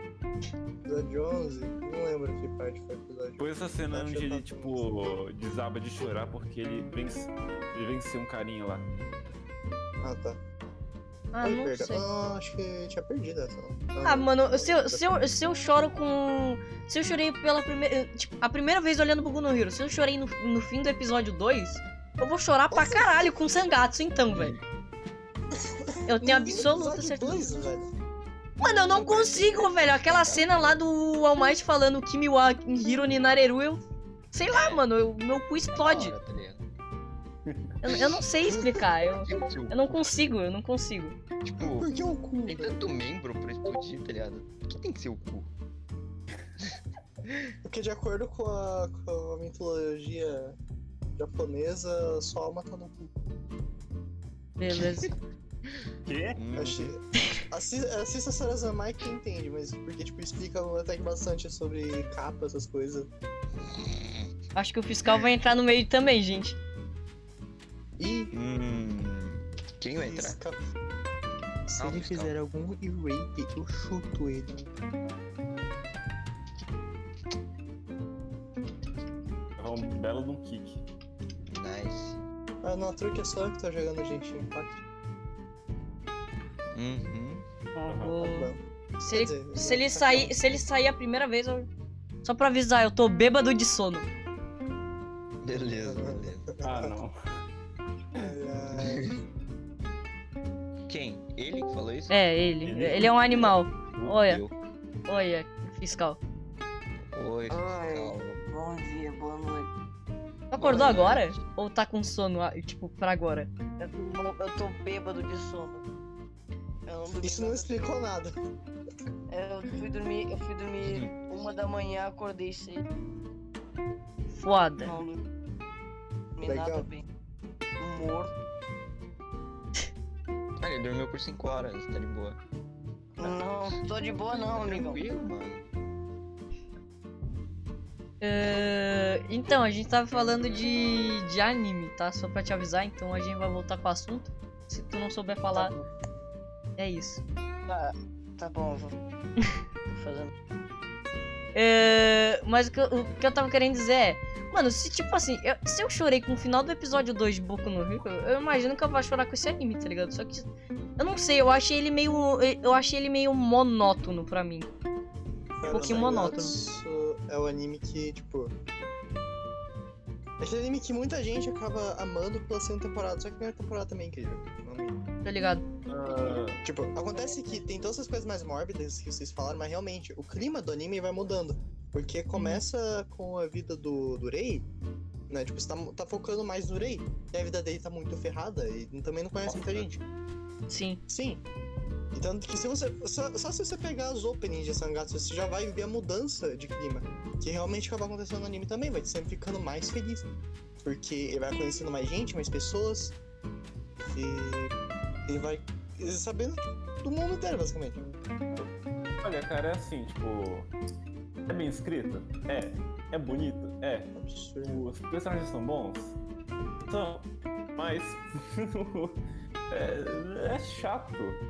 [SPEAKER 4] Episódio 11? Não lembro que parte foi o episódio.
[SPEAKER 2] Depois essa cena onde ele, tipo, desaba de chorar porque ele vence, ele venceu um carinha lá.
[SPEAKER 4] Ah, tá.
[SPEAKER 1] Ah,
[SPEAKER 4] Oi,
[SPEAKER 1] não
[SPEAKER 4] perda.
[SPEAKER 1] sei.
[SPEAKER 4] Ah, acho que tinha perdido essa.
[SPEAKER 1] Ah, mano, se eu, se, eu, se eu choro com. Se eu chorei pela primeira. Tipo, a primeira vez olhando pro Guno Hero, se eu chorei no, no fim do episódio 2, eu vou chorar pra
[SPEAKER 4] Nossa.
[SPEAKER 1] caralho com Sangatsu então, velho. Eu tenho absoluta certeza. Mano, eu não consigo, velho. Aquela cena lá do All Might falando Kimiwa Hiro Ninareru, eu. Sei lá, mano, eu- meu cu explode.
[SPEAKER 3] Hora, tá ligado?
[SPEAKER 1] Eu, eu não sei explicar. Eu,
[SPEAKER 3] Que o seu-
[SPEAKER 1] eu não consigo, eu não consigo.
[SPEAKER 3] Tipo,
[SPEAKER 4] Porque o cu.
[SPEAKER 3] tem
[SPEAKER 4] velho?
[SPEAKER 3] tanto membro pra explodir, tá ligado? Por que tem que ser o cu?
[SPEAKER 4] Porque de acordo com a, com a mitologia japonesa, sua alma tá no cu.
[SPEAKER 1] Beleza.
[SPEAKER 2] Quê?
[SPEAKER 3] Hum,
[SPEAKER 4] Achei. Assi- Assista Sarazamai que entende, mas porque tipo, explica até que bastante sobre capa, essas coisas.
[SPEAKER 1] Acho que o fiscal vai entrar no meio também, gente.
[SPEAKER 4] E
[SPEAKER 3] hum, Quem vai entrar?
[SPEAKER 4] esca- Se
[SPEAKER 3] Ah, o
[SPEAKER 4] ele
[SPEAKER 3] fiscal.
[SPEAKER 4] fizer algum e-rape, eu chuto ele.
[SPEAKER 2] Tava um belo de um kick.
[SPEAKER 3] Nice.
[SPEAKER 4] Ah, não, a truque é só eu que tô jogando gente em pacto.
[SPEAKER 3] Uhum.
[SPEAKER 1] Vou-
[SPEAKER 4] Não.
[SPEAKER 1] Se
[SPEAKER 4] Quer
[SPEAKER 1] ele,
[SPEAKER 4] dizer, é,
[SPEAKER 1] se ele
[SPEAKER 4] eu-
[SPEAKER 1] sair, se ele sair a primeira vez, eu... só pra avisar, eu tô bêbado de sono.
[SPEAKER 3] Beleza, beleza.
[SPEAKER 2] Ah, não.
[SPEAKER 4] Ai, ai.
[SPEAKER 3] Quem? Ele que falou isso?
[SPEAKER 1] É, ele.
[SPEAKER 2] Ele-
[SPEAKER 1] Ele é um animal. Olha,
[SPEAKER 3] Eu.
[SPEAKER 1] olha, fiscal.
[SPEAKER 3] noite.
[SPEAKER 5] Oi.
[SPEAKER 3] Calma.
[SPEAKER 5] Bom dia, boa noite.
[SPEAKER 1] Acordou
[SPEAKER 3] Boa
[SPEAKER 1] agora?
[SPEAKER 3] noite.
[SPEAKER 1] Ou tá com sono, ah, tipo, pra agora?
[SPEAKER 5] Eu tô, mo- eu tô bêbado de sono. Eu não dormi
[SPEAKER 4] Isso não é
[SPEAKER 5] nada.
[SPEAKER 4] explicou nada.
[SPEAKER 5] Eu fui dormir, eu fui dormir
[SPEAKER 4] Uhum.
[SPEAKER 5] uma da manhã, acordei cedo.
[SPEAKER 1] Foda.
[SPEAKER 5] Não, dormi nada
[SPEAKER 4] Legal.
[SPEAKER 5] bem. Morto.
[SPEAKER 3] Cara, Ah, ele dormiu por 5 horas, tá de boa. Tá
[SPEAKER 5] Não, tô de
[SPEAKER 3] Ah,
[SPEAKER 5] boa não, Tá amigão.
[SPEAKER 4] Uhum.
[SPEAKER 3] Tranquilo, mano.
[SPEAKER 1] É, então, a gente tava falando de, de anime, tá? Só pra te avisar, então a gente vai voltar com o assunto. Se tu não souber falar, é isso.
[SPEAKER 5] Tá, tá bom, eu vou. um- Tô fazendo.
[SPEAKER 1] É, mas o que, eu, o que eu tava querendo dizer é. Mano, se tipo assim, eu- se eu chorei com o final do episódio 2 de Boku no Hero, eu imagino que eu vou chorar com esse anime, tá ligado? Só que. Eu não sei, eu achei ele meio. Eu achei ele meio monótono pra mim.
[SPEAKER 4] Um
[SPEAKER 1] pouquinho monótono.
[SPEAKER 4] É o anime que, tipo. é Aquele anime que muita gente acaba amando pela segunda temporada, só que a primeira temporada também é incrível. Não-
[SPEAKER 1] Tá ligado?
[SPEAKER 2] Ah,
[SPEAKER 4] Tipo, acontece que tem todas essas coisas mais mórbidas que vocês falaram, mas realmente o clima do anime vai mudando. Porque
[SPEAKER 1] Uhum.
[SPEAKER 4] começa com a vida do, do Rei, né? Tipo, você tá, tá focando mais no Rei, e a vida dele tá muito ferrada, e também não conhece muita gente.
[SPEAKER 1] Sim.
[SPEAKER 4] Sim. E Tanto que se você. Só, só se você pegar as openings de Sangatsu, você já vai ver a mudança de clima. Que realmente acaba acontecendo no anime também, vai sempre ficando mais feliz. Porque ele vai conhecendo mais gente, mais pessoas. E ele vai sabendo do mundo inteiro, basicamente.
[SPEAKER 2] olha, cara, é assim, tipo. É bem escrito? É. É bonito? É.
[SPEAKER 4] Absurdo.
[SPEAKER 2] Os personagens são bons? São. Mas. <laughs> é, é chato. Tipo,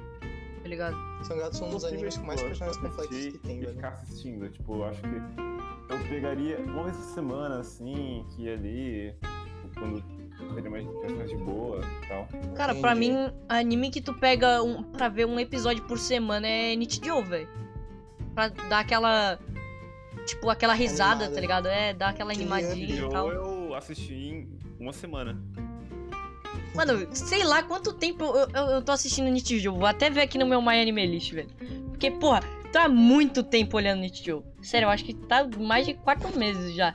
[SPEAKER 1] Tá ligado?
[SPEAKER 4] Sangatsu é um dos
[SPEAKER 2] Eu
[SPEAKER 4] animes com mais
[SPEAKER 2] gosto de
[SPEAKER 4] personagens complexos
[SPEAKER 2] assistir
[SPEAKER 4] que tem,
[SPEAKER 2] e
[SPEAKER 4] velho.
[SPEAKER 2] ficar assistindo, tipo, eu acho que eu pegaria uma vez por semana, assim, que ia ali, quando teria mais mais- mais de boa e tal.
[SPEAKER 1] Cara, pra
[SPEAKER 4] Entendi.
[SPEAKER 1] mim, anime que tu pega um, pra ver um episódio por semana é Nichijou, velho. Pra dar aquela. Tipo, aquela risada,
[SPEAKER 4] Animada.
[SPEAKER 1] tá ligado? É, dar aquela
[SPEAKER 4] Que
[SPEAKER 1] animadinha e
[SPEAKER 2] Eu,
[SPEAKER 1] tal.
[SPEAKER 2] eu assisti em uma semana.
[SPEAKER 1] Mano, sei lá quanto tempo eu, eu, eu tô assistindo Nichijou. Vou até ver aqui no meu My Anime List, velho. Porque, porra, tá muito tempo olhando Nichijou. Sério, eu acho que tá mais de quatro meses já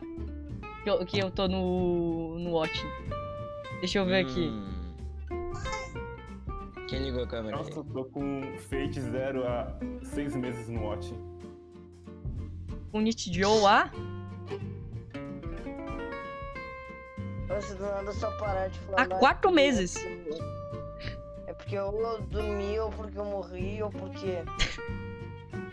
[SPEAKER 1] que eu, que eu tô no, no Watch. Deixa eu ver aqui.
[SPEAKER 3] Hum. Quem ligou a câmera?
[SPEAKER 2] Nossa, eu tô com Fate Zero há seis meses no Watch.
[SPEAKER 1] O Nichijou, ah?
[SPEAKER 5] Nossa, do nada eu só parar de falar.
[SPEAKER 1] Há quatro meses.
[SPEAKER 5] É porque ou eu dormi, ou porque eu morri, ou porque.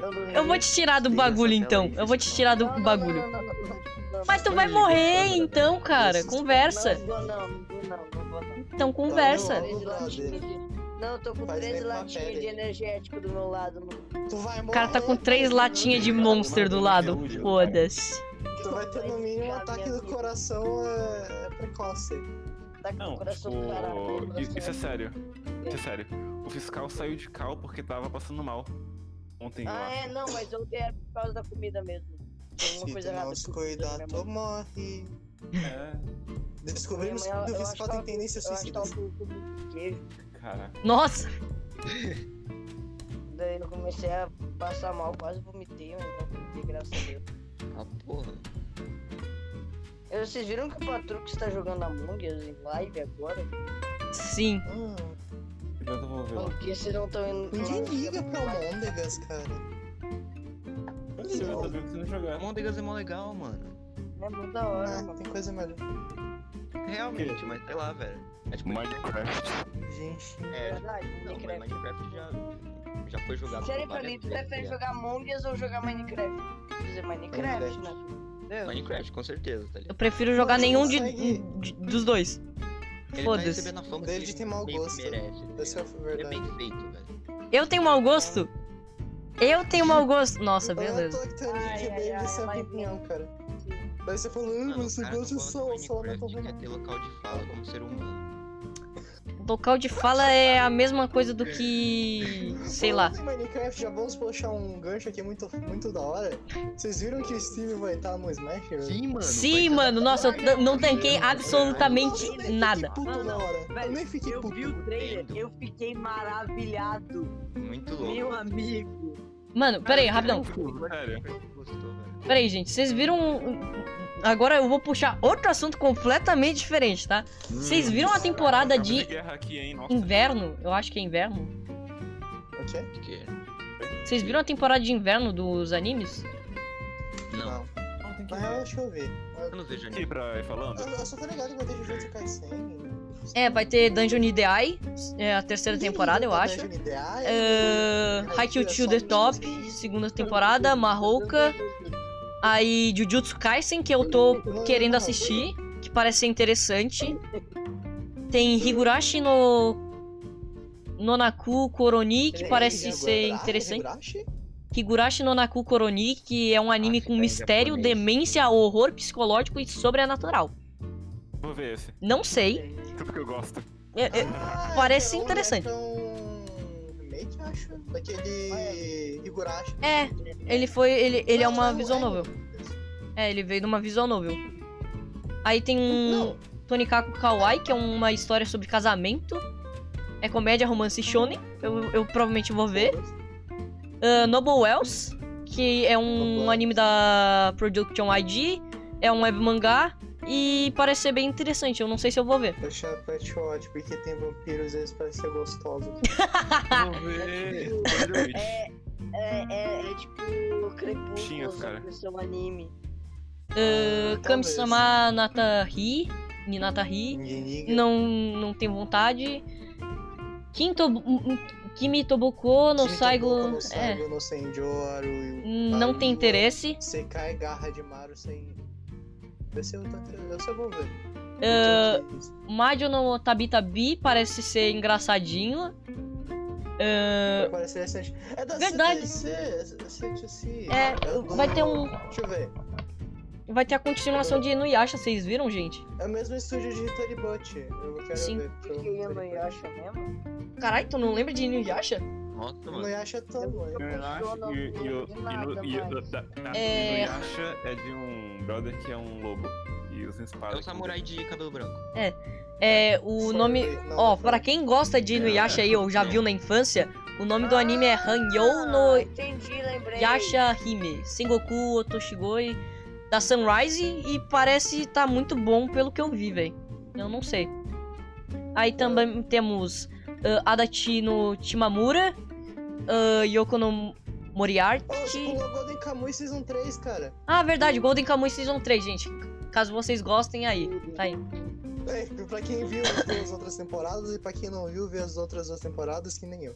[SPEAKER 5] Eu dormi.
[SPEAKER 1] Eu vou te tirar do
[SPEAKER 3] Liga essa
[SPEAKER 1] bagulho
[SPEAKER 3] tela
[SPEAKER 1] então.
[SPEAKER 3] aí,
[SPEAKER 1] Eu vou te tirar do
[SPEAKER 5] Não, não,
[SPEAKER 1] bagulho.
[SPEAKER 5] não, não, não, não, não, não,
[SPEAKER 1] Mas tu
[SPEAKER 5] não,
[SPEAKER 1] vai
[SPEAKER 5] não,
[SPEAKER 1] morrer então, cara.
[SPEAKER 4] Isso.
[SPEAKER 1] Conversa.
[SPEAKER 5] Não, vou não, não, vou não, não, vou não.
[SPEAKER 1] Então
[SPEAKER 4] Não,
[SPEAKER 1] conversa.
[SPEAKER 4] não.
[SPEAKER 5] Três latinhas de- Não, eu tô com
[SPEAKER 4] Faz
[SPEAKER 5] três
[SPEAKER 4] bem pra né?
[SPEAKER 5] latinhas
[SPEAKER 4] pele.
[SPEAKER 5] de energético do meu lado. não-
[SPEAKER 4] Tu vai morrer.
[SPEAKER 1] O cara tá com três latinhas de monster do lado. Foda-se.
[SPEAKER 4] Tu vai ter no mínimo um ataque do coração é, é precoce.
[SPEAKER 5] Tá com
[SPEAKER 2] Não,
[SPEAKER 5] o coração
[SPEAKER 2] tipo,
[SPEAKER 5] do caralho. meu
[SPEAKER 2] i- isso é
[SPEAKER 5] coração.
[SPEAKER 2] sério. Isso é sério. O fiscal saiu de cal porque tava passando mal ontem eu
[SPEAKER 5] Ah,
[SPEAKER 2] acho.
[SPEAKER 5] é, não, mas eu era por causa da comida mesmo. Tem
[SPEAKER 4] Se
[SPEAKER 5] uma coisa
[SPEAKER 4] tu
[SPEAKER 5] errada. né,
[SPEAKER 4] não se
[SPEAKER 5] é
[SPEAKER 4] cuidar, tu morre.
[SPEAKER 2] É,
[SPEAKER 4] Descobrimos que
[SPEAKER 5] Minha mãe,
[SPEAKER 4] o
[SPEAKER 5] eu
[SPEAKER 4] Vispa
[SPEAKER 5] acho que
[SPEAKER 4] tem
[SPEAKER 5] ela-
[SPEAKER 4] tendência
[SPEAKER 5] Eu acho que tá
[SPEAKER 4] suicida.
[SPEAKER 5] eu comi muito queijo,
[SPEAKER 2] cara.
[SPEAKER 1] Nossa.
[SPEAKER 5] daí eu comecei a passar mal, quase vomitei, mas não vomitei, graças a Deus.
[SPEAKER 3] Ah, porra.
[SPEAKER 5] Eu- Vocês viram que o Patrux tá jogando Among Us em live agora?
[SPEAKER 1] Sim.
[SPEAKER 4] Hum,
[SPEAKER 2] Eu vou ver lá.
[SPEAKER 5] Por que vocês não estão indo?
[SPEAKER 4] ninguém
[SPEAKER 5] lá?
[SPEAKER 4] liga pra Almôndegas, cara.
[SPEAKER 2] Eu sabia que você não jogar.
[SPEAKER 3] Mondegas é mó legal, mano.
[SPEAKER 5] É muito da hora,
[SPEAKER 4] Ah,
[SPEAKER 5] mano.
[SPEAKER 4] tem coisa melhor.
[SPEAKER 3] Realmente, mas sei lá, velho. É tipo,
[SPEAKER 2] Minecraft.
[SPEAKER 4] Gente.
[SPEAKER 3] é,
[SPEAKER 5] Verdade,
[SPEAKER 3] não, mas
[SPEAKER 5] Minecraft.
[SPEAKER 3] Minecraft já, já foi jogado
[SPEAKER 5] Sério,
[SPEAKER 3] por várias
[SPEAKER 5] Felipe, tu
[SPEAKER 3] vezes,
[SPEAKER 5] prefere
[SPEAKER 3] tá ligado?
[SPEAKER 5] jogar Among Us ou jogar Minecraft? Quer dizer, Minecraft, né? Entendeu?
[SPEAKER 3] Minecraft, com certeza, tá
[SPEAKER 1] Eu
[SPEAKER 3] ligado?
[SPEAKER 1] prefiro jogar
[SPEAKER 4] Mas
[SPEAKER 1] nenhum de,
[SPEAKER 4] consegue-
[SPEAKER 1] de- dos dois.
[SPEAKER 3] Ele tá
[SPEAKER 1] Foda-se.
[SPEAKER 3] recebendo a fama
[SPEAKER 4] O David
[SPEAKER 3] que ele
[SPEAKER 4] tem mau
[SPEAKER 3] meio que
[SPEAKER 4] gosto.
[SPEAKER 3] merece, tá
[SPEAKER 4] Essa é a
[SPEAKER 3] ligado? Ele é bem
[SPEAKER 4] verdade.
[SPEAKER 3] feito, velho.
[SPEAKER 1] Eu tenho mau gosto? Eu tenho mau gosto. Nossa,
[SPEAKER 4] Olha
[SPEAKER 1] beleza.
[SPEAKER 4] tô que tá ali
[SPEAKER 5] Ai,
[SPEAKER 4] que
[SPEAKER 5] ai,
[SPEAKER 4] dele
[SPEAKER 5] ai, é
[SPEAKER 4] essa
[SPEAKER 5] vai
[SPEAKER 4] opinião, cara.
[SPEAKER 5] Sim.
[SPEAKER 4] Daí você falou, ah,
[SPEAKER 3] Mano,
[SPEAKER 4] mas
[SPEAKER 3] o
[SPEAKER 4] você
[SPEAKER 3] cara não
[SPEAKER 4] gosta de
[SPEAKER 3] gosta do
[SPEAKER 4] sol, sol não tá
[SPEAKER 3] Minecraft, né?
[SPEAKER 4] bom.
[SPEAKER 3] quer ter local de fala como ser humano.
[SPEAKER 1] Local de fala é a mesma coisa do que. Sei lá.
[SPEAKER 4] Falando em Minecraft, já vamos puxar um gancho aqui muito, muito da hora. Vocês viram que o Steve vai estar no Smash? velho?
[SPEAKER 3] mano.
[SPEAKER 1] Sim, mano. Nossa, eu n- não tanquei absolutamente
[SPEAKER 4] Nossa, eu nem fiquei
[SPEAKER 1] nada.
[SPEAKER 4] puto
[SPEAKER 5] Não,
[SPEAKER 4] da
[SPEAKER 5] não,
[SPEAKER 4] hora. eu nem fiquei
[SPEAKER 5] eu
[SPEAKER 4] puto.
[SPEAKER 5] vi o trailer,
[SPEAKER 3] Entendo.
[SPEAKER 5] eu fiquei maravilhado.
[SPEAKER 3] Muito louco.
[SPEAKER 5] Meu amigo,
[SPEAKER 1] Mano, pera aí, rapidão.
[SPEAKER 2] Sério.
[SPEAKER 3] Gostou, velho.
[SPEAKER 1] Pera aí, gente. Vocês viram. um- Agora eu vou puxar outro assunto completamente diferente, tá?
[SPEAKER 3] Hum,
[SPEAKER 1] Vocês viram a temporada
[SPEAKER 2] Cabo
[SPEAKER 1] de
[SPEAKER 2] guerra aqui, hein? Nossa.
[SPEAKER 1] inverno? Eu acho que é inverno.
[SPEAKER 4] O quê?
[SPEAKER 3] Que?
[SPEAKER 1] Vocês viram a temporada de inverno dos animes?
[SPEAKER 3] Não,
[SPEAKER 4] Não.
[SPEAKER 2] Não, tem que
[SPEAKER 4] Na
[SPEAKER 2] ver.
[SPEAKER 4] real, Ah, deixa eu ver.
[SPEAKER 3] eu não
[SPEAKER 2] Aqui
[SPEAKER 3] vejo anime.
[SPEAKER 2] pra ir falando.
[SPEAKER 4] Eu, eu só tô ligado que vai ter Jujutsu Kaisen.
[SPEAKER 1] É, vai ter Dungeon Ideai, é a terceira temporada, eu acho. Ah, É, Haikyuu to the Top, segunda temporada, Mahouka. Aí Jujutsu Kaisen, que eu tô querendo assistir, que parece ser interessante. Tem Higurashi no Nonaku Koroni, que parece ser interessante. Higurashi Nonaku Koroni, que é um anime
[SPEAKER 3] Acho
[SPEAKER 1] com
[SPEAKER 3] que tá em
[SPEAKER 1] mistério,
[SPEAKER 3] japonês.
[SPEAKER 1] demência, horror psicológico e sobrenatural.
[SPEAKER 2] Vou ver esse.
[SPEAKER 1] Não sei.
[SPEAKER 2] Tudo porque eu gosto.
[SPEAKER 1] É- é- parece interessante.
[SPEAKER 4] Ah, É um remake, acho, daquele Higurashi.
[SPEAKER 1] É, ele foi. Ele, ele é
[SPEAKER 4] Não,
[SPEAKER 1] uma
[SPEAKER 4] não,
[SPEAKER 1] visual
[SPEAKER 4] é.
[SPEAKER 1] novel. É, ele veio de uma visual novel. Aí tem um
[SPEAKER 4] Não.
[SPEAKER 1] Tonikaku Kawaii, que é uma história sobre casamento. É comédia, romance e shonen. Eu, eu provavelmente vou ver. Ah, Noble Wells, que é um
[SPEAKER 4] Noble
[SPEAKER 1] anime da Production ID. É um web mangá. E parece ser bem interessante. Eu não sei se eu vou ver.
[SPEAKER 4] Eu chamo Pet Watch tipo, porque tem vampiros e eles parecem ser gostosos.
[SPEAKER 2] Vou ver. Overwatch.
[SPEAKER 5] É, é, é, é tipo
[SPEAKER 2] Tinha,
[SPEAKER 5] Crepúsculo
[SPEAKER 2] cara.
[SPEAKER 5] sobre seu anime.
[SPEAKER 1] Uh,
[SPEAKER 4] talvez.
[SPEAKER 1] Kami-sama Natahi. Ninatahi.
[SPEAKER 4] Ninguém liga.
[SPEAKER 1] não, não tem vontade. Quinto, um, um, Kimi Tobuko no
[SPEAKER 4] Kirito
[SPEAKER 1] Saigo.
[SPEAKER 4] um Boku no
[SPEAKER 1] É,
[SPEAKER 4] Saigo, no Senjoru e o
[SPEAKER 1] não tem
[SPEAKER 4] Baruo.
[SPEAKER 1] interesse.
[SPEAKER 4] Sekai Garra de Maru sem. Vai ser outra. Eu só vou ver.
[SPEAKER 1] Ah, Majo no Tabita B parece ser engraçadinho. Ah,
[SPEAKER 4] Vai parecer recente. É da
[SPEAKER 1] verdade.
[SPEAKER 4] CTC, CTC.
[SPEAKER 1] É,
[SPEAKER 4] do-
[SPEAKER 1] vai ter um-
[SPEAKER 4] Ah, Deixa eu ver.
[SPEAKER 1] vai ter a continuação de Inuyasha, vocês viram, gente?
[SPEAKER 4] É o mesmo estúdio de Hitoribot. Eu quero
[SPEAKER 1] Sim.
[SPEAKER 4] ver.
[SPEAKER 5] O que que eu não acho mesmo?
[SPEAKER 1] Caralho, tu não lembra de Inuyasha?
[SPEAKER 3] Nossa,
[SPEAKER 4] Não é
[SPEAKER 3] mano.
[SPEAKER 4] acha tão
[SPEAKER 5] Eu-
[SPEAKER 4] mano.
[SPEAKER 2] Inuyasha e- e o- Inu- e o- da- da-
[SPEAKER 1] É.
[SPEAKER 2] Inuyasha é de um brother que é um lobo. E usa espada.
[SPEAKER 3] É o samurai de cabelo branco.
[SPEAKER 1] É, o
[SPEAKER 4] Foi,
[SPEAKER 1] nome.
[SPEAKER 4] não, tá
[SPEAKER 1] Ó,
[SPEAKER 4] não foi.
[SPEAKER 1] pra quem gosta de Inuyasha aí, ou já viu na infância, o nome do anime é Hanyo no
[SPEAKER 5] Ah, Entendi, lembrei.
[SPEAKER 1] Yasha Hime, Sengoku Otoshigoi da Sunrise e parece tá muito bom pelo que eu vi, velho. Eu não sei. Aí também temos ah, Adachi no Timamura, ah, Yoko no
[SPEAKER 4] Ó, tipo, você
[SPEAKER 1] Moriarty.
[SPEAKER 4] pulou Golden Kamuy Season 3, cara.
[SPEAKER 1] Ah, verdade, Golden Kamuy Season 3, gente. Caso vocês gostem aí, tá aí.
[SPEAKER 4] É, pra quem viu, viu as outras temporadas e pra quem não viu, vê as outras duas temporadas que nem eu.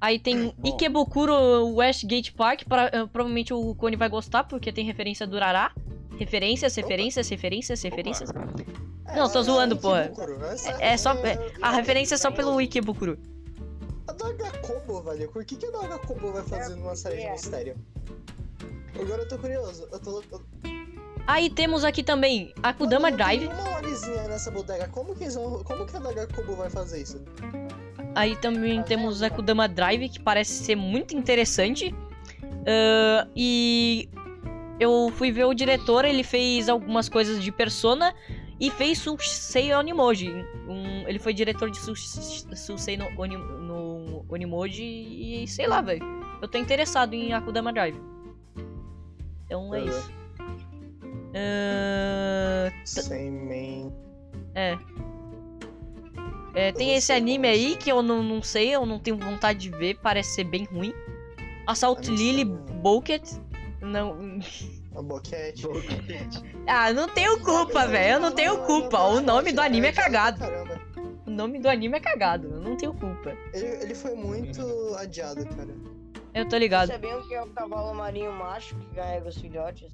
[SPEAKER 1] Aí tem
[SPEAKER 2] Bom.
[SPEAKER 1] Ikebukuro Westgate Park, pra- ah, provavelmente o Cone vai gostar porque tem referência do Rará. Referências, referências, referências, referências.
[SPEAKER 4] É,
[SPEAKER 1] Não, tô
[SPEAKER 4] é-
[SPEAKER 1] zoando,
[SPEAKER 4] é
[SPEAKER 1] porra.
[SPEAKER 4] Ikebukuro, sério,
[SPEAKER 1] É, é só. é- a
[SPEAKER 4] é-
[SPEAKER 1] referência é só pelo Ikebukuro.
[SPEAKER 4] A Daga Kobo, velho. Por que, que a Daga Kobo vai fazer numa série de
[SPEAKER 5] é.
[SPEAKER 4] mistério? Agora eu tô curioso. Eu tô. eu-
[SPEAKER 1] Aí temos aqui também Akudama
[SPEAKER 4] eu tô
[SPEAKER 1] Drive.
[SPEAKER 4] Uma horinha nessa bodega. Como que eles vão. Como que a Daga Kobo vai fazer isso?
[SPEAKER 1] Aí também temos Akudama Drive, que parece ser muito interessante. Ah, e eu fui ver o diretor, ele fez algumas coisas de persona e fez Susei Onimoji. Um- ele foi diretor de Sus- Susei no, Oni- no Onimoji e sei lá, velho. Eu tô interessado em Akudama Drive. Então é
[SPEAKER 4] Pois é.
[SPEAKER 1] isso. Ah,
[SPEAKER 4] Sem main.
[SPEAKER 1] É. É, tem
[SPEAKER 4] não
[SPEAKER 1] esse
[SPEAKER 4] sei qual
[SPEAKER 1] anime
[SPEAKER 4] vai
[SPEAKER 1] aí
[SPEAKER 4] ser.
[SPEAKER 1] que eu não, não sei, eu não tenho vontade de ver, parece ser bem ruim. Assault
[SPEAKER 4] Ah, não sei,
[SPEAKER 1] Lily
[SPEAKER 4] não.
[SPEAKER 1] Bucket. Não.
[SPEAKER 4] A boquete.
[SPEAKER 1] Ah, não tenho culpa, velho. Eu não tenho culpa. O nome do anime é cagado.
[SPEAKER 4] Caramba.
[SPEAKER 1] O nome do anime é cagado. Eu não tenho culpa.
[SPEAKER 4] Ele, ele foi muito adiado, cara.
[SPEAKER 1] Eu tô
[SPEAKER 5] Vocês
[SPEAKER 1] ligado.
[SPEAKER 5] sabiam que é o cavalo marinho macho que carrega os filhotes?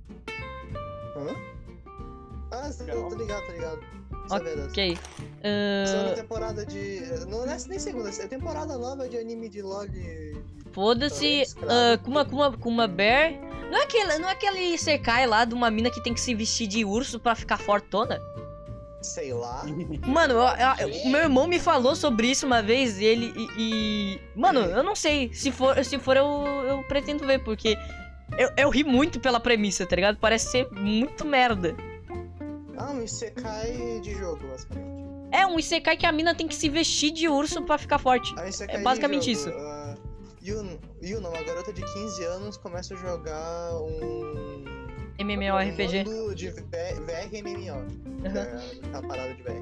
[SPEAKER 4] Ah, sim, tô tô ligado, tô ligado. Sabia dessa.
[SPEAKER 1] Ok. Ah,
[SPEAKER 4] Segunda temporada de. Não, não é nem segunda, é temporada nova de anime de LOL. e-
[SPEAKER 1] Foda-se. ah, Kuma Kuma Kuma Bear. Não é aquele, não é aquele Sekai lá de uma mina que tem que se vestir de urso pra ficar fortona?
[SPEAKER 4] Sei lá.
[SPEAKER 1] Mano, eu- eu- eu- o meu irmão me falou sobre isso uma vez e ele. E, e- Mano, eu não sei. Se for, se for eu, eu pretendo ver, porque eu, eu ri muito pela premissa, tá ligado? Parece ser muito merda.
[SPEAKER 4] Ah, um Isekai de jogo, basicamente.
[SPEAKER 1] É um Isekai que a mina tem que se vestir de urso pra ficar forte.
[SPEAKER 4] Ah, Isekai
[SPEAKER 1] É
[SPEAKER 4] de
[SPEAKER 1] basicamente
[SPEAKER 4] jogo,
[SPEAKER 1] isso.
[SPEAKER 4] ah, Yun, Yuna, uma garota de 15 anos, começa a jogar um.
[SPEAKER 1] MMORPG.
[SPEAKER 4] Um mundo de V- VR e MMO. Tá parada de VR.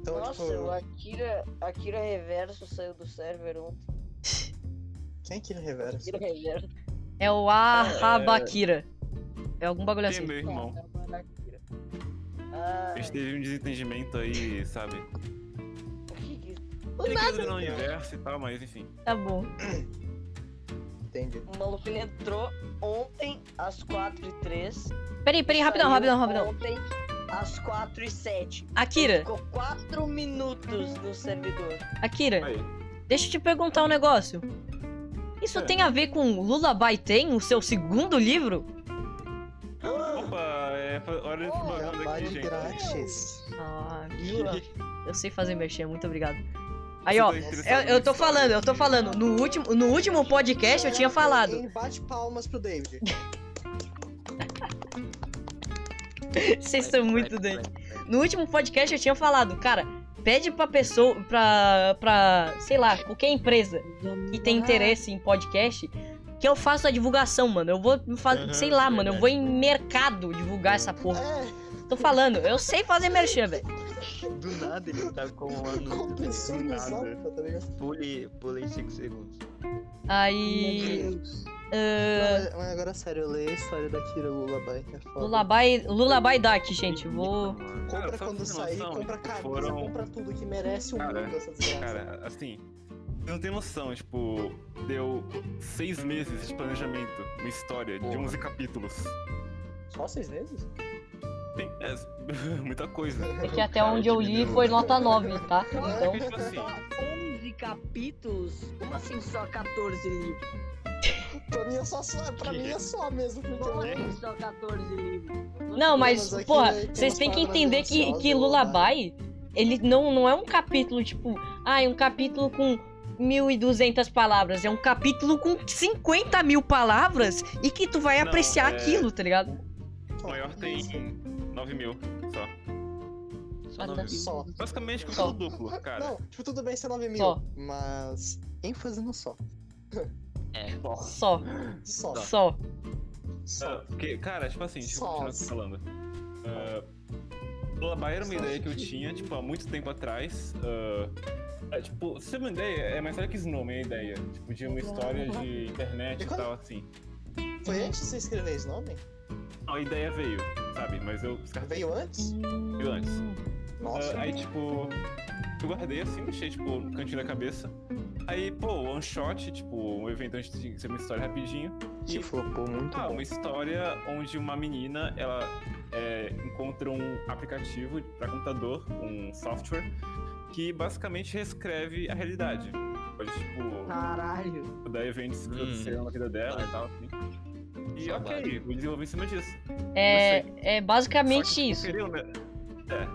[SPEAKER 4] Então,
[SPEAKER 5] Nossa, o
[SPEAKER 4] tipo,
[SPEAKER 5] Akira, Akira Reverso saiu do server ontem.
[SPEAKER 4] quem que reverso?
[SPEAKER 5] Akira Reverso.
[SPEAKER 1] É o Arrabakira. É algum bagulho
[SPEAKER 2] Tem
[SPEAKER 1] assim.
[SPEAKER 2] meu irmão.
[SPEAKER 5] Ah,
[SPEAKER 2] A gente teve um desentendimento aí, sabe?
[SPEAKER 5] o que que isso?
[SPEAKER 1] O
[SPEAKER 2] Ele
[SPEAKER 1] nada-
[SPEAKER 2] quer entrar no universo e tal, mas enfim.
[SPEAKER 1] Tá bom.
[SPEAKER 4] Entendi.
[SPEAKER 5] O maluco ele entrou ontem às 4 e 3
[SPEAKER 1] Peraí, peraí, rapidão, rapidão, rapidão.
[SPEAKER 5] Ontem às 4 e 7
[SPEAKER 1] Akira,
[SPEAKER 5] Ficou 4 minutos no servidor.
[SPEAKER 1] Akira,
[SPEAKER 2] Aí.
[SPEAKER 1] deixa eu te perguntar um negócio. Isso
[SPEAKER 2] É.
[SPEAKER 1] tem a ver com Lullaby Tem, o seu segundo livro?
[SPEAKER 2] Opa, é pra- hora de propaganda aqui,
[SPEAKER 4] Trabalho
[SPEAKER 2] gente.
[SPEAKER 4] grátis.
[SPEAKER 1] Ah, eu sei fazer merchan, muito obrigado. Aí,
[SPEAKER 2] Você
[SPEAKER 1] ó,
[SPEAKER 2] tá interessado
[SPEAKER 1] eu, eu tô
[SPEAKER 2] nisso?
[SPEAKER 1] falando, eu tô falando. No último, no último podcast eu tinha
[SPEAKER 2] <laughs>
[SPEAKER 1] falado.
[SPEAKER 4] Ele bate palmas
[SPEAKER 1] <laughs>
[SPEAKER 4] pro David.
[SPEAKER 1] Vocês são muito doidos. No último podcast eu tinha falado, cara, pede pra pessoa, pra, pra, sei lá, qualquer empresa que
[SPEAKER 2] Ah.
[SPEAKER 1] tem interesse em podcast, que eu faço a divulgação, mano. Eu vou fazer,
[SPEAKER 2] Aham,
[SPEAKER 1] sei lá, mano, eu
[SPEAKER 2] verdade.
[SPEAKER 1] vou em mercado divulgar essa porra.
[SPEAKER 4] É,
[SPEAKER 1] Tô falando, eu sei fazer merchan, velho.
[SPEAKER 3] Do nada ele tá com um anúncio.
[SPEAKER 4] compensou
[SPEAKER 3] Do
[SPEAKER 4] no
[SPEAKER 3] nada.
[SPEAKER 4] Zalpa, tá ligado?
[SPEAKER 3] Pulei, pulei 5 segundos.
[SPEAKER 1] Aí, ah,
[SPEAKER 4] Mas, mas agora, sério, eu leio a história da Kira Lullaby, que é foda.
[SPEAKER 1] Lullaby, Lullaby Duck, gente, vou...
[SPEAKER 2] Cara,
[SPEAKER 4] Compra
[SPEAKER 2] só pra
[SPEAKER 4] quando
[SPEAKER 2] você ter
[SPEAKER 4] sair,
[SPEAKER 2] noção, tipo,
[SPEAKER 4] compra camisa,
[SPEAKER 2] foram-
[SPEAKER 4] compra tudo que merece o
[SPEAKER 2] Cara,
[SPEAKER 4] mundo essa desgraça.
[SPEAKER 2] Cara, assim, você não tem noção, tipo, deu seis meses de planejamento, uma história de
[SPEAKER 3] Porra.
[SPEAKER 2] 11 capítulos.
[SPEAKER 4] Só seis meses?
[SPEAKER 2] Tem é, <laughs> muita coisa.
[SPEAKER 1] É que até onde eu li foi nota 9, tá? Então,
[SPEAKER 2] Porque, tipo assim,
[SPEAKER 5] 11 capítulos? Como assim só 14 livros?
[SPEAKER 4] Pra mim é só, só- pra mim é só mesmo.
[SPEAKER 5] Como
[SPEAKER 2] é
[SPEAKER 4] porque-
[SPEAKER 5] assim só 14 livros?
[SPEAKER 1] Não, mas,
[SPEAKER 4] Mas aqui
[SPEAKER 1] porra,
[SPEAKER 4] tem
[SPEAKER 1] vocês
[SPEAKER 4] umas
[SPEAKER 1] têm que
[SPEAKER 4] paradas
[SPEAKER 1] entender que,
[SPEAKER 4] deliciosas,
[SPEAKER 1] que
[SPEAKER 4] né?
[SPEAKER 1] Lullaby, ele não, não é um capítulo, tipo, ah, é um capítulo com 1.200 palavras. É um capítulo com 50 mil palavras e que tu vai
[SPEAKER 2] Não,
[SPEAKER 1] apreciar
[SPEAKER 2] é-
[SPEAKER 1] aquilo, tá ligado?
[SPEAKER 2] o maior tem 9 mil só.
[SPEAKER 1] Ah,
[SPEAKER 3] Só
[SPEAKER 1] tá.
[SPEAKER 3] 9 mil.
[SPEAKER 4] Só.
[SPEAKER 2] Basicamente,
[SPEAKER 1] Só.
[SPEAKER 2] com duplo, cara. Ah,
[SPEAKER 4] Não, tipo, tudo bem ser 9 mil,
[SPEAKER 1] Só.
[SPEAKER 4] mas ênfase no só.
[SPEAKER 1] Só,
[SPEAKER 4] Só.
[SPEAKER 2] Tá.
[SPEAKER 1] só.
[SPEAKER 2] Ah, porque, cara, tipo assim, tipo,
[SPEAKER 4] Só.
[SPEAKER 2] continuando falando. Uh, Lullaby era uma ideia que eu tinha, tipo, há muito tempo atrás. ah, é, tipo, você tem uma ideia, é mais sério que Snow, minha ideia. Tipo, de uma história
[SPEAKER 4] Uhum.
[SPEAKER 2] de internet e tal, assim.
[SPEAKER 4] Foi antes de você escrever esse nome?
[SPEAKER 2] Não, A ideia veio, sabe? Mas eu descartei
[SPEAKER 4] Veio antes?
[SPEAKER 2] veio antes.
[SPEAKER 4] Nossa.
[SPEAKER 2] Ah, é, aí, tipo, eu guardei assim, deixei, tipo, no cantinho da cabeça. Aí, pô, one shot, tipo, um evento onde tinha que ser uma história rapidinho.
[SPEAKER 3] Se flopou muito
[SPEAKER 2] Ah,
[SPEAKER 3] bom.
[SPEAKER 2] uma história onde uma menina ela é, encontra um aplicativo para computador, um software que basicamente reescreve a realidade. Pode
[SPEAKER 3] Ah.
[SPEAKER 2] tipo
[SPEAKER 5] Caralho.
[SPEAKER 2] dar eventos que
[SPEAKER 3] Hum.
[SPEAKER 2] aconteceram na vida dela e tal. Assim. E
[SPEAKER 3] Saudade.
[SPEAKER 2] ok, eu desenvolvi em cima disso.
[SPEAKER 1] É,
[SPEAKER 2] Mas
[SPEAKER 1] é
[SPEAKER 2] foi-
[SPEAKER 1] basicamente
[SPEAKER 2] só que, tipo,
[SPEAKER 1] isso.
[SPEAKER 2] Queria um, ne-
[SPEAKER 1] É
[SPEAKER 2] queria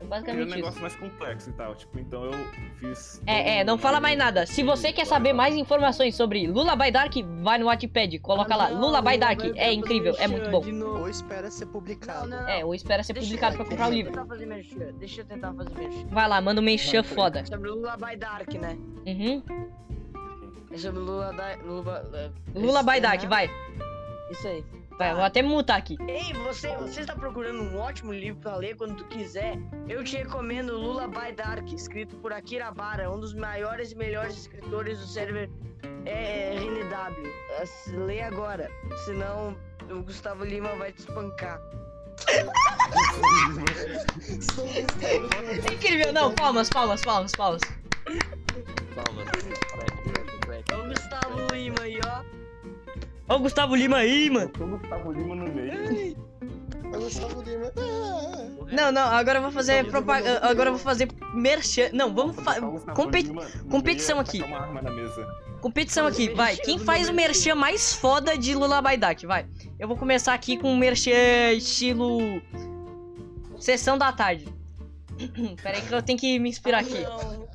[SPEAKER 2] um
[SPEAKER 1] basicamente isso.
[SPEAKER 2] negócio mais complexo e tal. Tipo, então eu fiz.
[SPEAKER 1] É, é, não fala mais nada. Se você quer saber mais informações sobre Lullaby Dark, vai no Wattpad, coloca
[SPEAKER 5] Ah,
[SPEAKER 1] lá. Lullaby Dark, é incrível, é muito bom.
[SPEAKER 4] Ou espera ser publicado. <laughs>
[SPEAKER 5] Não, não,
[SPEAKER 1] É, ou espera ser
[SPEAKER 5] Deixa eu-
[SPEAKER 1] publicado pra comprar o
[SPEAKER 5] deixa eu
[SPEAKER 1] livro.
[SPEAKER 5] tentar fazer merchan, Deixa eu tentar fazer merchan.
[SPEAKER 1] Vai lá, manda um mexer foda.
[SPEAKER 5] Sobre o Lullaby Dark, né?
[SPEAKER 1] Uhum.
[SPEAKER 5] É sobre o Lula da... Lula...
[SPEAKER 1] Lula Baidak,
[SPEAKER 5] Aham.
[SPEAKER 1] vai.
[SPEAKER 5] eh, né? Isso aí.
[SPEAKER 1] Vai, vou até mutar aqui.
[SPEAKER 5] Ei, você, você está procurando um ótimo livro pra ler quando tu quiser? Eu te recomendo Lula by Dark, escrito por Akira Bara, um dos maiores e melhores escritores do server é, RNW. É, se- Lê agora, senão o Gustavo Lima vai te espancar.
[SPEAKER 4] um
[SPEAKER 1] É Incrível, não, palmas, palmas, palmas, palmas.
[SPEAKER 3] Palmas.
[SPEAKER 5] É o Gustavo Lima aí, ó.
[SPEAKER 1] Ó o Gustavo Lima aí, mano.
[SPEAKER 2] Como tava o Lima no meio.
[SPEAKER 4] Eu gostava do Lima. Ah,
[SPEAKER 1] Não, não, agora eu vou fazer
[SPEAKER 4] Gustavo
[SPEAKER 1] propaganda.
[SPEAKER 4] Lima.
[SPEAKER 1] Agora eu vou fazer merchan. Não, vamos fa... compe- competição aqui.
[SPEAKER 2] Uma arma na mesa.
[SPEAKER 1] competição aqui, vai. Quem faz é o merchan mais foda de Lula Baidak, vai. Eu vou começar aqui com um merchan estilo. Sessão da tarde. <clears throat> Pera aí que eu tenho que me inspirar aqui.
[SPEAKER 5] Não,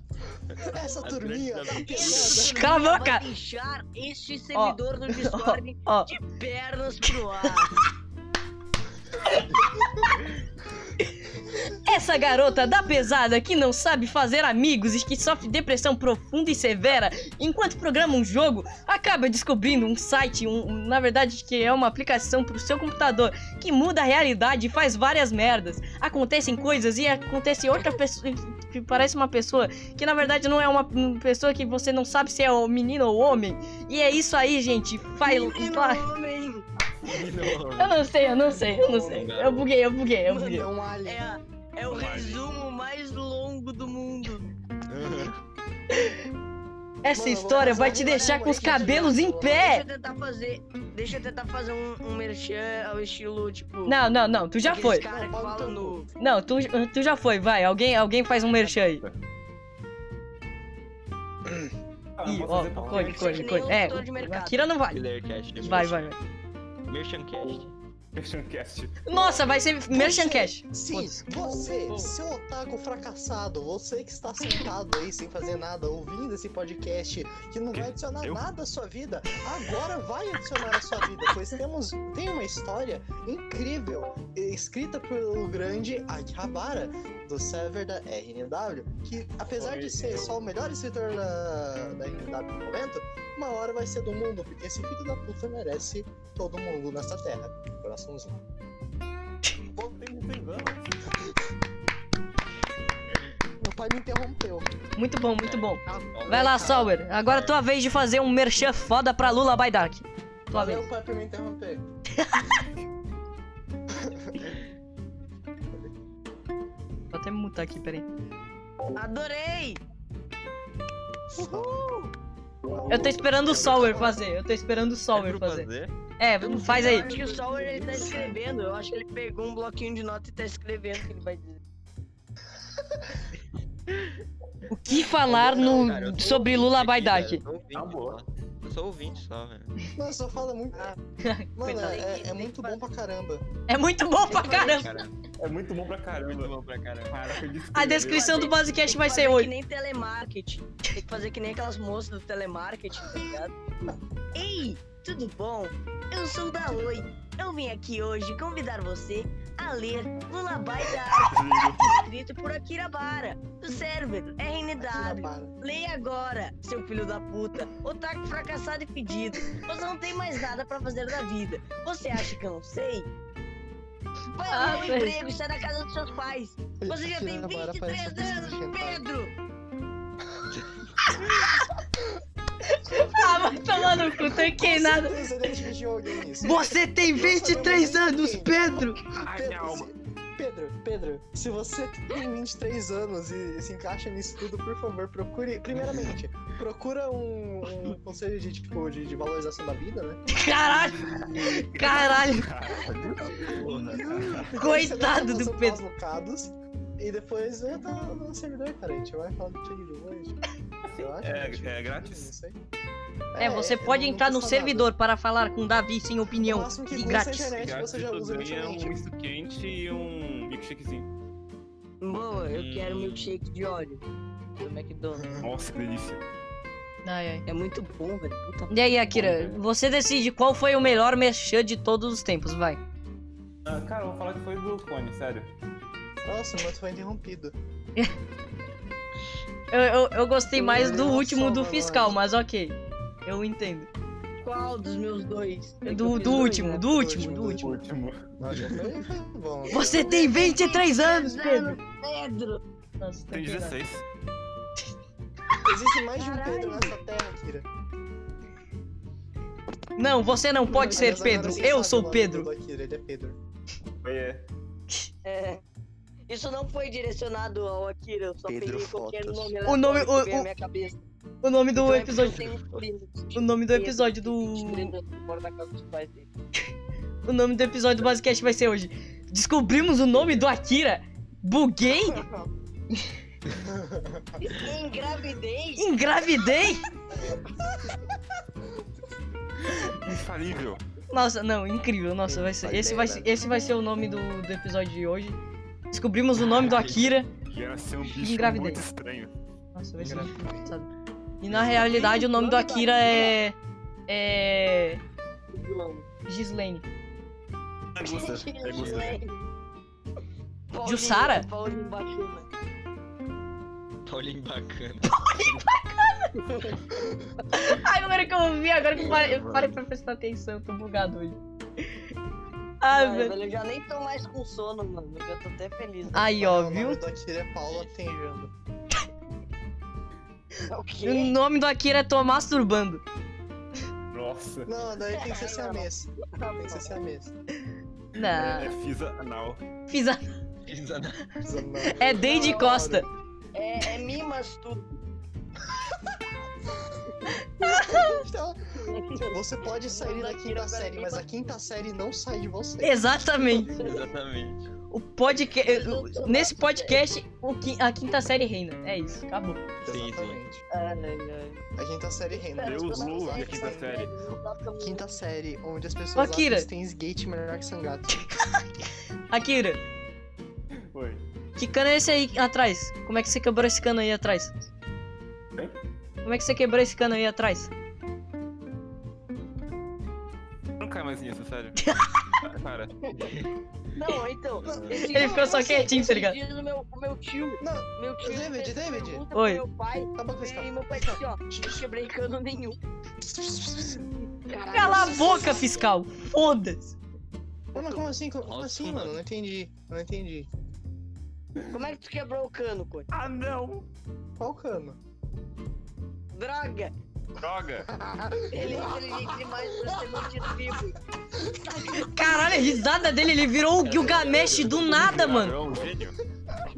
[SPEAKER 4] Essa turminha tá
[SPEAKER 3] Atlântica.
[SPEAKER 4] pelada.
[SPEAKER 1] Cala a
[SPEAKER 5] vai
[SPEAKER 1] boca.
[SPEAKER 5] deixar este servidor do Discord
[SPEAKER 1] Ó, <laughs>
[SPEAKER 5] de pernas pro ar.
[SPEAKER 1] Essa garota da pesada que não sabe fazer amigos e que sofre depressão profunda e severa enquanto programa um jogo, acaba descobrindo um site, um, na verdade que é uma aplicação pro seu computador que muda a realidade e faz várias merdas. Acontecem coisas e acontece outra pessoa que parece uma pessoa que na verdade não é uma pessoa que você não sabe se é o menino ou homem. E é isso aí, gente. Faz
[SPEAKER 5] Menino homem.
[SPEAKER 1] Eu não sei, eu não sei, eu não sei. Eu buguei, eu buguei, eu buguei.
[SPEAKER 4] É um alien.
[SPEAKER 5] É, a- é o resumo mais longo do mundo.
[SPEAKER 1] Essa
[SPEAKER 4] Mano, eu vou
[SPEAKER 1] história
[SPEAKER 4] passar
[SPEAKER 1] vai te
[SPEAKER 4] agora,
[SPEAKER 1] deixar com
[SPEAKER 4] mano,
[SPEAKER 1] os
[SPEAKER 4] que eu já
[SPEAKER 1] cabelos em
[SPEAKER 4] tô-
[SPEAKER 1] pé.
[SPEAKER 5] Deixa eu tentar fazer. Deixa eu tentar fazer um, um merchan ao estilo, tipo.
[SPEAKER 1] Não, não, não, tu já
[SPEAKER 5] aqueles
[SPEAKER 1] foi.
[SPEAKER 5] Cara que
[SPEAKER 4] Não,
[SPEAKER 5] fala
[SPEAKER 4] pau no
[SPEAKER 5] no...
[SPEAKER 1] Não, tu, tu já foi, vai. Alguém, alguém faz um merchan aí.
[SPEAKER 2] Ah,
[SPEAKER 1] Ih,
[SPEAKER 2] eu posso
[SPEAKER 1] ó,
[SPEAKER 2] fazer pra-
[SPEAKER 1] corre,
[SPEAKER 5] Isso
[SPEAKER 1] corre,
[SPEAKER 5] é que
[SPEAKER 1] corre.
[SPEAKER 5] nem
[SPEAKER 1] É,
[SPEAKER 5] locutor de mercado.
[SPEAKER 1] Akira não vai.
[SPEAKER 3] Millercast. né?
[SPEAKER 1] Vai, vai, vai.
[SPEAKER 3] Merchancast.
[SPEAKER 2] Merchancast.
[SPEAKER 1] Nossa, vai ser Merchancast.
[SPEAKER 4] Sim, você, seu otaku fracassado, você que está sentado aí sem fazer nada, ouvindo esse podcast, que não vai adicionar
[SPEAKER 2] Eu?
[SPEAKER 4] nada à sua vida, agora vai adicionar à sua vida, pois temos tem uma história incrível, eh, escrita pelo grande Akihabara, do server da RNW, que apesar de ser só o melhor escritor da, da RNW no momento, uma hora vai ser do mundo, porque esse filho da puta merece todo mundo nessa terra. Coraçãozinho.
[SPEAKER 2] Pô, tem 16 anos.
[SPEAKER 4] Meu pai me interrompeu.
[SPEAKER 1] Muito bom, muito bom.
[SPEAKER 3] Tá
[SPEAKER 1] Vai lá, Sauer. Agora é tua vez de fazer um merchan foda pra Lula Baidark. Tua vez.
[SPEAKER 4] Valeu, pai, por me interromper.
[SPEAKER 1] Vou até mutar aqui, peraí.
[SPEAKER 5] Adorei!
[SPEAKER 1] Eu tô esperando o Sauer fazer. Eu tô esperando o
[SPEAKER 3] É
[SPEAKER 1] Sauer
[SPEAKER 3] pro
[SPEAKER 1] fazer. É,
[SPEAKER 3] Eu não
[SPEAKER 1] faz
[SPEAKER 5] Eu
[SPEAKER 1] aí.
[SPEAKER 5] acho que o Sauer ele tá escrevendo. Eu acho que ele pegou um bloquinho de nota e tá escrevendo o que ele vai dizer.
[SPEAKER 1] O que falar no,
[SPEAKER 3] Cara, eu tô
[SPEAKER 1] sobre
[SPEAKER 3] ouvinte
[SPEAKER 1] Lula
[SPEAKER 3] aqui,
[SPEAKER 1] Baidark?
[SPEAKER 3] velho, eu tô
[SPEAKER 2] Tá
[SPEAKER 3] ouvinte
[SPEAKER 2] boa.
[SPEAKER 3] só. Eu sou ouvinte só, velho.
[SPEAKER 4] Mano, só fala muito. Mano,
[SPEAKER 1] Coitado.
[SPEAKER 4] é, é muito bom pra caramba.
[SPEAKER 1] É muito bom pra caramba.
[SPEAKER 2] É muito bom pra caramba.
[SPEAKER 3] Muito bom pra caramba.
[SPEAKER 2] Caraca, eu descobri.
[SPEAKER 1] A descrição do
[SPEAKER 5] Tem
[SPEAKER 1] podcast
[SPEAKER 5] que
[SPEAKER 1] vai
[SPEAKER 5] fazer
[SPEAKER 1] ser
[SPEAKER 5] que
[SPEAKER 1] hoje.
[SPEAKER 5] nem telemarketing. Tem que fazer que nem aquelas moças do telemarketing, tá ligado? Ei, tudo bom? Eu sou da Oi. Eu vim aqui hoje convidar você a ler Lullaby da escrito por Akira Bara, do server RNW.
[SPEAKER 4] Akihabara.
[SPEAKER 5] Leia agora, seu filho da puta. Otaku fracassado e pedido. Você não tem mais nada pra fazer da vida. Você acha que eu não sei? Vai
[SPEAKER 1] Ah,
[SPEAKER 5] arrumar um
[SPEAKER 1] velho.
[SPEAKER 5] emprego, sai da casa dos seus pais. Você já tem
[SPEAKER 4] Akihabara
[SPEAKER 5] 23
[SPEAKER 4] parece um
[SPEAKER 5] anos,
[SPEAKER 4] desenho hentai.
[SPEAKER 5] Pedro!
[SPEAKER 1] Ah, vai tomar no cu, tanquei nada.
[SPEAKER 4] Com certeza ele é de videogame, isso.
[SPEAKER 1] Você tem 23 anos, Pedro!
[SPEAKER 2] Ai, minha
[SPEAKER 4] Pedro,
[SPEAKER 2] alma.
[SPEAKER 4] se... Pedro, Pedro, se você tem 23 anos e se encaixa nisso tudo, por favor, procure. Primeiramente, procura um, um conselho de, tipo, de, de valorização da vida, né?
[SPEAKER 1] Caralho! Caralho! <laughs> Coitado
[SPEAKER 4] Você
[SPEAKER 1] do
[SPEAKER 4] vai
[SPEAKER 1] Pedro!
[SPEAKER 4] Locados, e depois entra no servidor, cara. A gente vai falar do Chug de hoje. Eu acho,
[SPEAKER 2] É-
[SPEAKER 4] gente.
[SPEAKER 2] é grátis?
[SPEAKER 4] Não sei.
[SPEAKER 1] É, você
[SPEAKER 4] não-
[SPEAKER 1] pode
[SPEAKER 4] não
[SPEAKER 1] entrar no
[SPEAKER 4] custa nada.
[SPEAKER 1] servidor para falar com o Davi sem
[SPEAKER 4] O
[SPEAKER 1] opinião
[SPEAKER 4] máximo que
[SPEAKER 1] e
[SPEAKER 4] custa é a
[SPEAKER 1] grátis.
[SPEAKER 4] internet que tipo, você já usa
[SPEAKER 2] ganha um
[SPEAKER 4] ultimamente.
[SPEAKER 2] misto quente e um milkshakezinho.
[SPEAKER 5] Boa, eu quero
[SPEAKER 2] Hum.
[SPEAKER 5] milkshake de óleo do McDonald's.
[SPEAKER 2] Nossa, que delícia.
[SPEAKER 1] Ai, ai.
[SPEAKER 5] É muito bom, velho. Puta
[SPEAKER 1] E aí, Akira, você decide qual foi o melhor merchan de todos os tempos, vai.
[SPEAKER 2] Ah, cara, eu vou falar que foi do clone, sério.
[SPEAKER 4] Nossa, mas foi interrompido.
[SPEAKER 1] Eu, eu, eu gostei mais do
[SPEAKER 4] Nossa,
[SPEAKER 1] último do
[SPEAKER 4] mano.
[SPEAKER 1] fiscal, mas ok. Eu entendo.
[SPEAKER 5] Qual dos meus dois? É que eu
[SPEAKER 1] Do,
[SPEAKER 5] fiz
[SPEAKER 1] do
[SPEAKER 5] dois,
[SPEAKER 1] último,
[SPEAKER 5] né?
[SPEAKER 1] do último, do último.
[SPEAKER 4] último,
[SPEAKER 2] Último.
[SPEAKER 4] Nossa, foi, foi bom.
[SPEAKER 1] Você tem 23 anos, Pedro!
[SPEAKER 5] Pedro!
[SPEAKER 1] Nossa,
[SPEAKER 4] é
[SPEAKER 2] Tem 16.
[SPEAKER 4] Existe mais de um
[SPEAKER 5] Caralho.
[SPEAKER 4] Pedro nessa terra, Kira.
[SPEAKER 1] Não, você não pode
[SPEAKER 4] Aliás,
[SPEAKER 1] ser
[SPEAKER 4] agora
[SPEAKER 1] Pedro.
[SPEAKER 4] você
[SPEAKER 1] Eu
[SPEAKER 4] sabe o
[SPEAKER 1] sou
[SPEAKER 4] nome
[SPEAKER 1] Pedro.
[SPEAKER 4] do Akira, ele é Pedro.
[SPEAKER 2] Foi, é.
[SPEAKER 5] É. Isso não foi direcionado ao Akira, eu só
[SPEAKER 3] Pedro
[SPEAKER 5] peguei qualquer
[SPEAKER 3] Fotos.
[SPEAKER 5] nome
[SPEAKER 1] O nome-
[SPEAKER 5] aleatório que
[SPEAKER 1] o-
[SPEAKER 5] veio à
[SPEAKER 1] o-
[SPEAKER 5] minha cabeça.
[SPEAKER 1] O nome
[SPEAKER 5] Então
[SPEAKER 1] do
[SPEAKER 5] é porque eu
[SPEAKER 1] episódio.
[SPEAKER 5] tenho um primo de
[SPEAKER 1] O nome do
[SPEAKER 5] 23
[SPEAKER 1] episódio do.
[SPEAKER 5] 23 anos que mora na casa dos pais dele.
[SPEAKER 1] O nome do episódio do Basecast vai ser hoje. Descobrimos o nome do Akira.
[SPEAKER 5] <laughs>
[SPEAKER 1] Buguei?
[SPEAKER 5] Engravidei?
[SPEAKER 1] Engravidei?
[SPEAKER 2] Infalível.
[SPEAKER 1] Nossa, não, incrível. Nossa, vai ser, esse, vai, ser- esse vai ser o nome do, do episódio de hoje. Descobrimos o nome do Akira.
[SPEAKER 2] E era ser um bicho
[SPEAKER 1] Engravidei.
[SPEAKER 2] muito estranho.
[SPEAKER 1] Nossa, vai ser muito engraçado. E na realidade o nome do Akira é. É. Gislaine.
[SPEAKER 2] É gostoso. É gostoso.
[SPEAKER 5] Paulinho,
[SPEAKER 1] Jussara?
[SPEAKER 5] Paulinho bacana.
[SPEAKER 3] Paulinho bacana.
[SPEAKER 1] Ai, agora que eu ouvi, agora que eu parei, eu parei pra prestar atenção, eu tô bugado hoje. Ai,
[SPEAKER 5] Ai,
[SPEAKER 1] velho.
[SPEAKER 5] velho, eu já nem tô mais com sono, mano. Eu tô até feliz. né?
[SPEAKER 1] Aí, ó, viu?
[SPEAKER 4] O nome do Akira é Paulo Atendendo.
[SPEAKER 5] <laughs> O
[SPEAKER 1] O
[SPEAKER 5] quê?
[SPEAKER 1] nome do Akira é Tomás Turbando.
[SPEAKER 2] Nossa.
[SPEAKER 4] Não, daí tem que ser essa mesa.
[SPEAKER 5] Tá
[SPEAKER 4] Tem que ser essa mesa.
[SPEAKER 2] É,
[SPEAKER 1] Não.
[SPEAKER 2] é fisa anal.
[SPEAKER 1] Fiz a... É
[SPEAKER 4] É
[SPEAKER 1] Deide Costa.
[SPEAKER 5] É, é mimas tudo.
[SPEAKER 4] Você pode sair da quinta série, mas a quinta série não sai de você.
[SPEAKER 1] Exatamente.
[SPEAKER 3] Exatamente.
[SPEAKER 1] O podcast. Nesse podcast, o qui- a quinta série reina. É isso, acabou.
[SPEAKER 3] Sim, sim.
[SPEAKER 4] Exatamente.
[SPEAKER 5] Ai, ai.
[SPEAKER 4] A quinta série reina.
[SPEAKER 2] Deus louva a quinta série.
[SPEAKER 4] Quinta série, onde as pessoas
[SPEAKER 1] Akira.
[SPEAKER 4] assistem skate melhor que Sangato.
[SPEAKER 1] Akira,
[SPEAKER 2] Foi.
[SPEAKER 1] que cano é esse aí atrás? Como é que você quebrou esse cano aí atrás?
[SPEAKER 2] Hein?
[SPEAKER 1] Como é que você quebrou esse cano aí atrás?
[SPEAKER 2] Não cai mais nisso, sério. Ah, Cara,
[SPEAKER 5] Não, então. esse-
[SPEAKER 1] Ele ficou só
[SPEAKER 5] esse-
[SPEAKER 1] quietinho, tá ligado?
[SPEAKER 5] esse dia do meu- O meu tio.
[SPEAKER 4] Não,
[SPEAKER 5] Meu tio.
[SPEAKER 4] David,
[SPEAKER 5] fez
[SPEAKER 4] David.
[SPEAKER 5] pergunta pro
[SPEAKER 1] Oi.
[SPEAKER 5] Meu pai.
[SPEAKER 4] acabou com esse
[SPEAKER 5] E
[SPEAKER 4] cara.
[SPEAKER 5] meu pai disse, ó, não quebrei cano nenhum. Caralho.
[SPEAKER 1] Cala a boca, fiscal! Foda-se!
[SPEAKER 4] Não, mas como assim? Como, como
[SPEAKER 3] Nossa,
[SPEAKER 4] assim,
[SPEAKER 3] mano.
[SPEAKER 4] mano? Não entendi. Não entendi.
[SPEAKER 5] Como é que tu quebrou o cano, coi?
[SPEAKER 2] Ah, não!
[SPEAKER 4] Qual cano?
[SPEAKER 5] Droga!
[SPEAKER 2] Droga!
[SPEAKER 5] Ele é inteligente demais pra ser mantido vivo.
[SPEAKER 1] Caralho, a risada dele, ele virou o Gilgamesh do nada, mano!
[SPEAKER 2] Dragão, um gênio.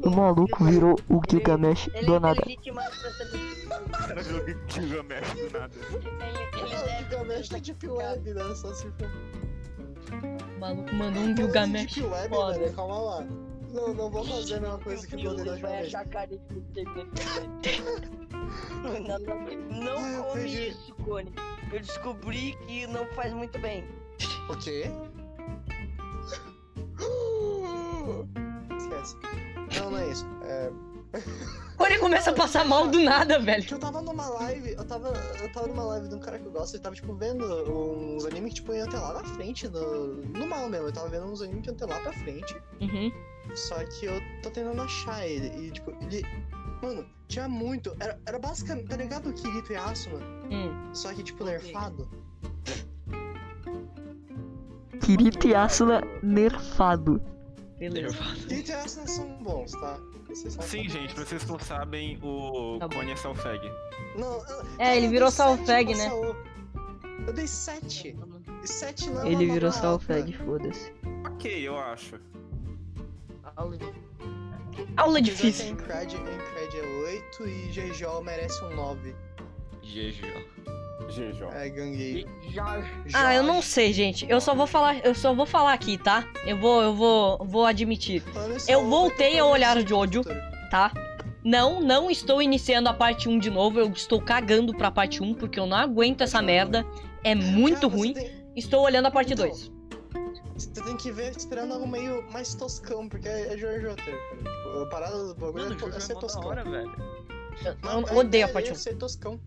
[SPEAKER 6] O maluco virou o Gilgamesh
[SPEAKER 5] Ele
[SPEAKER 6] do
[SPEAKER 5] é
[SPEAKER 6] nada.
[SPEAKER 5] inteligente demais pra ser mantido vivo.
[SPEAKER 2] Cara, joguei Gilgamesh um do nada.
[SPEAKER 5] Ele, ele deve
[SPEAKER 4] Eu mexo Deep tá Web, né? Só se for.
[SPEAKER 1] O maluco mandou um Gilgamesh
[SPEAKER 4] Deep Web,
[SPEAKER 1] foda.
[SPEAKER 4] velho, calma lá. Não, não
[SPEAKER 5] <laughs>
[SPEAKER 4] vou fazer a mesma coisa que eu vou da
[SPEAKER 5] Ele
[SPEAKER 4] última
[SPEAKER 5] vai
[SPEAKER 4] vez.
[SPEAKER 5] achar cara de
[SPEAKER 4] <laughs>
[SPEAKER 5] TBT. Não,
[SPEAKER 4] Ah, eu
[SPEAKER 5] não come
[SPEAKER 4] perdi.
[SPEAKER 5] isso, Cone. Eu descobri que não faz muito bem.
[SPEAKER 4] O
[SPEAKER 5] <laughs>
[SPEAKER 4] quê? Esquece. Não, não é isso. É,
[SPEAKER 1] Olha, ele começa a passar mal do nada, velho.
[SPEAKER 4] que eu tava numa live, eu tava, eu tava numa live de um cara que eu gosto, ele tava, tipo, vendo uns animes que, tipo, iam até lá na frente, no, no mal mesmo, eu tava vendo uns animes que iam até lá pra frente,
[SPEAKER 1] Uhum.
[SPEAKER 4] Só que eu tô tentando achar ele. E, tipo, ele. Mano, tinha muito. Era, era basicamente. Tá ligado o Kirito e a Asuna?
[SPEAKER 1] Hum.
[SPEAKER 4] Só que, tipo, nerfado.
[SPEAKER 6] Kirito e Asuna nerfado.
[SPEAKER 1] Beleza.
[SPEAKER 4] Kirito e a Asuna são bons, tá? Vocês sabem.
[SPEAKER 2] Sim, gente, pra vocês não sabem, o
[SPEAKER 1] Tá bom.
[SPEAKER 2] Cone é Salfeg.
[SPEAKER 4] Não, eu-
[SPEAKER 1] É, ele
[SPEAKER 4] eu
[SPEAKER 1] virou
[SPEAKER 4] dei sete
[SPEAKER 1] Salfag,
[SPEAKER 4] pra
[SPEAKER 1] né?
[SPEAKER 4] Saô. Eu dei 7. 7 não.
[SPEAKER 6] Ele virou
[SPEAKER 4] Salfeg.
[SPEAKER 6] Salfag, foda-se.
[SPEAKER 2] Ok, eu acho.
[SPEAKER 1] Aula
[SPEAKER 4] Difícil.
[SPEAKER 1] difícil.
[SPEAKER 4] Encrad, Encrad é 8 e GGO merece um 9.
[SPEAKER 3] GG.
[SPEAKER 2] Jejo.
[SPEAKER 4] É, ganguei.
[SPEAKER 1] Ah, eu não sei, gente. Eu só vou falar, eu só vou falar aqui, tá? Eu vou, eu vou, vou admitir,
[SPEAKER 4] Então,
[SPEAKER 1] Eu voltei a olhar de ódio. tá? Não, não estou iniciando a parte 1 de novo. Eu estou cagando pra parte 1 porque eu não aguento essa merda. É muito
[SPEAKER 4] Cara, Ah, você
[SPEAKER 1] ruim.
[SPEAKER 4] tem-
[SPEAKER 1] Estou olhando a parte
[SPEAKER 4] Então,
[SPEAKER 1] 2.
[SPEAKER 4] Você tem que ver esperando algo meio mais toscão, porque é é Jojo, tá ligado? Tipo, a parada do bagulho é, to- é ser toscão.
[SPEAKER 3] velho.
[SPEAKER 4] Mas-
[SPEAKER 1] Eu odeio a
[SPEAKER 4] é-
[SPEAKER 1] parte
[SPEAKER 4] é
[SPEAKER 1] 1.
[SPEAKER 4] ser toscão.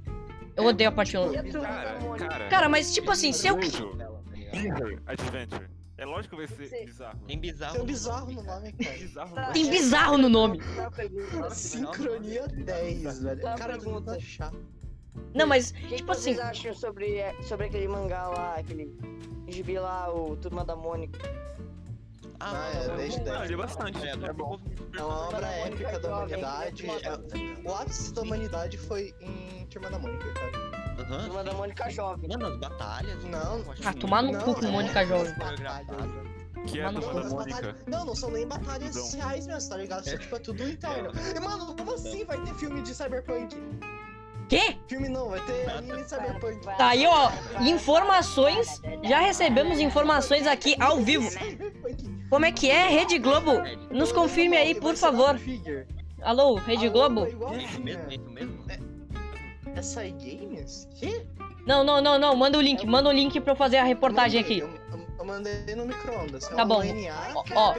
[SPEAKER 1] Eu odeio a parte 1.
[SPEAKER 2] Cara,
[SPEAKER 5] tá
[SPEAKER 2] cara.
[SPEAKER 1] Cara, mas tipo assim, se eu.
[SPEAKER 2] Jojo,
[SPEAKER 3] é,
[SPEAKER 2] Bizarre Adventure. É lógico que vai ser
[SPEAKER 5] Sim.
[SPEAKER 2] bizarro.
[SPEAKER 3] Tem bizarro.
[SPEAKER 4] Tem um
[SPEAKER 3] no
[SPEAKER 4] bizarro no
[SPEAKER 3] nome, cara.
[SPEAKER 4] nome, cara.
[SPEAKER 2] Bizarro.
[SPEAKER 5] Tá.
[SPEAKER 1] Tem bizarro no nome.
[SPEAKER 4] Sincronia 10, velho.
[SPEAKER 5] Tá,
[SPEAKER 4] Cara, que
[SPEAKER 5] pergunta.
[SPEAKER 4] tá chato.
[SPEAKER 1] Não, mas
[SPEAKER 5] O que,
[SPEAKER 1] tipo
[SPEAKER 5] que vocês
[SPEAKER 1] assim.
[SPEAKER 5] acham sobre, sobre aquele mangá lá, aquele gibi lá, o Turma da Mônica?
[SPEAKER 3] Ah,
[SPEAKER 4] Ah,
[SPEAKER 3] mano,
[SPEAKER 4] é,
[SPEAKER 3] eu-
[SPEAKER 4] desde
[SPEAKER 2] Não, eu
[SPEAKER 4] dez.
[SPEAKER 2] li bastante.
[SPEAKER 3] É,
[SPEAKER 2] É bom.
[SPEAKER 4] É uma obra épica da
[SPEAKER 3] tá
[SPEAKER 4] humanidade. é- O ápice da humanidade foi em Turma da Mônica, cara.
[SPEAKER 3] Aham.
[SPEAKER 5] Turma da Mônica Jovem.
[SPEAKER 3] Mano, as batalhas.
[SPEAKER 4] Não.
[SPEAKER 3] eu acho
[SPEAKER 1] Ah, tomar no
[SPEAKER 3] muito- né?
[SPEAKER 1] cu com
[SPEAKER 4] é-
[SPEAKER 1] Mônica Jovem.
[SPEAKER 4] Batalhas.
[SPEAKER 2] Que é a
[SPEAKER 1] Mano,
[SPEAKER 2] turma da
[SPEAKER 4] as
[SPEAKER 2] Mônica.
[SPEAKER 4] batalhas- Não, não são nem batalhas
[SPEAKER 2] Tudão.
[SPEAKER 4] reais mesmo, tá ligado? Isso, tipo, é tudo interno. E, mano, como assim vai ter filme de cyberpunk?
[SPEAKER 1] Quê?
[SPEAKER 4] Filme não, vai ter anime de cyberpunk.
[SPEAKER 1] Tá aí, ó. Informações. Já recebemos informações aqui ao vivo. Como é que é, Rede Globo? Nos confirme aí, por favor. Alô, Rede Globo?
[SPEAKER 3] É isso mesmo, é isso mesmo.
[SPEAKER 4] Essa aí games? É Que?
[SPEAKER 1] Não, não, não, não. Manda o link. Manda o link pra eu fazer a reportagem aqui.
[SPEAKER 4] Eu, eu- eu mandei no micro-ondas. É
[SPEAKER 1] Tá bom. Ó, ó.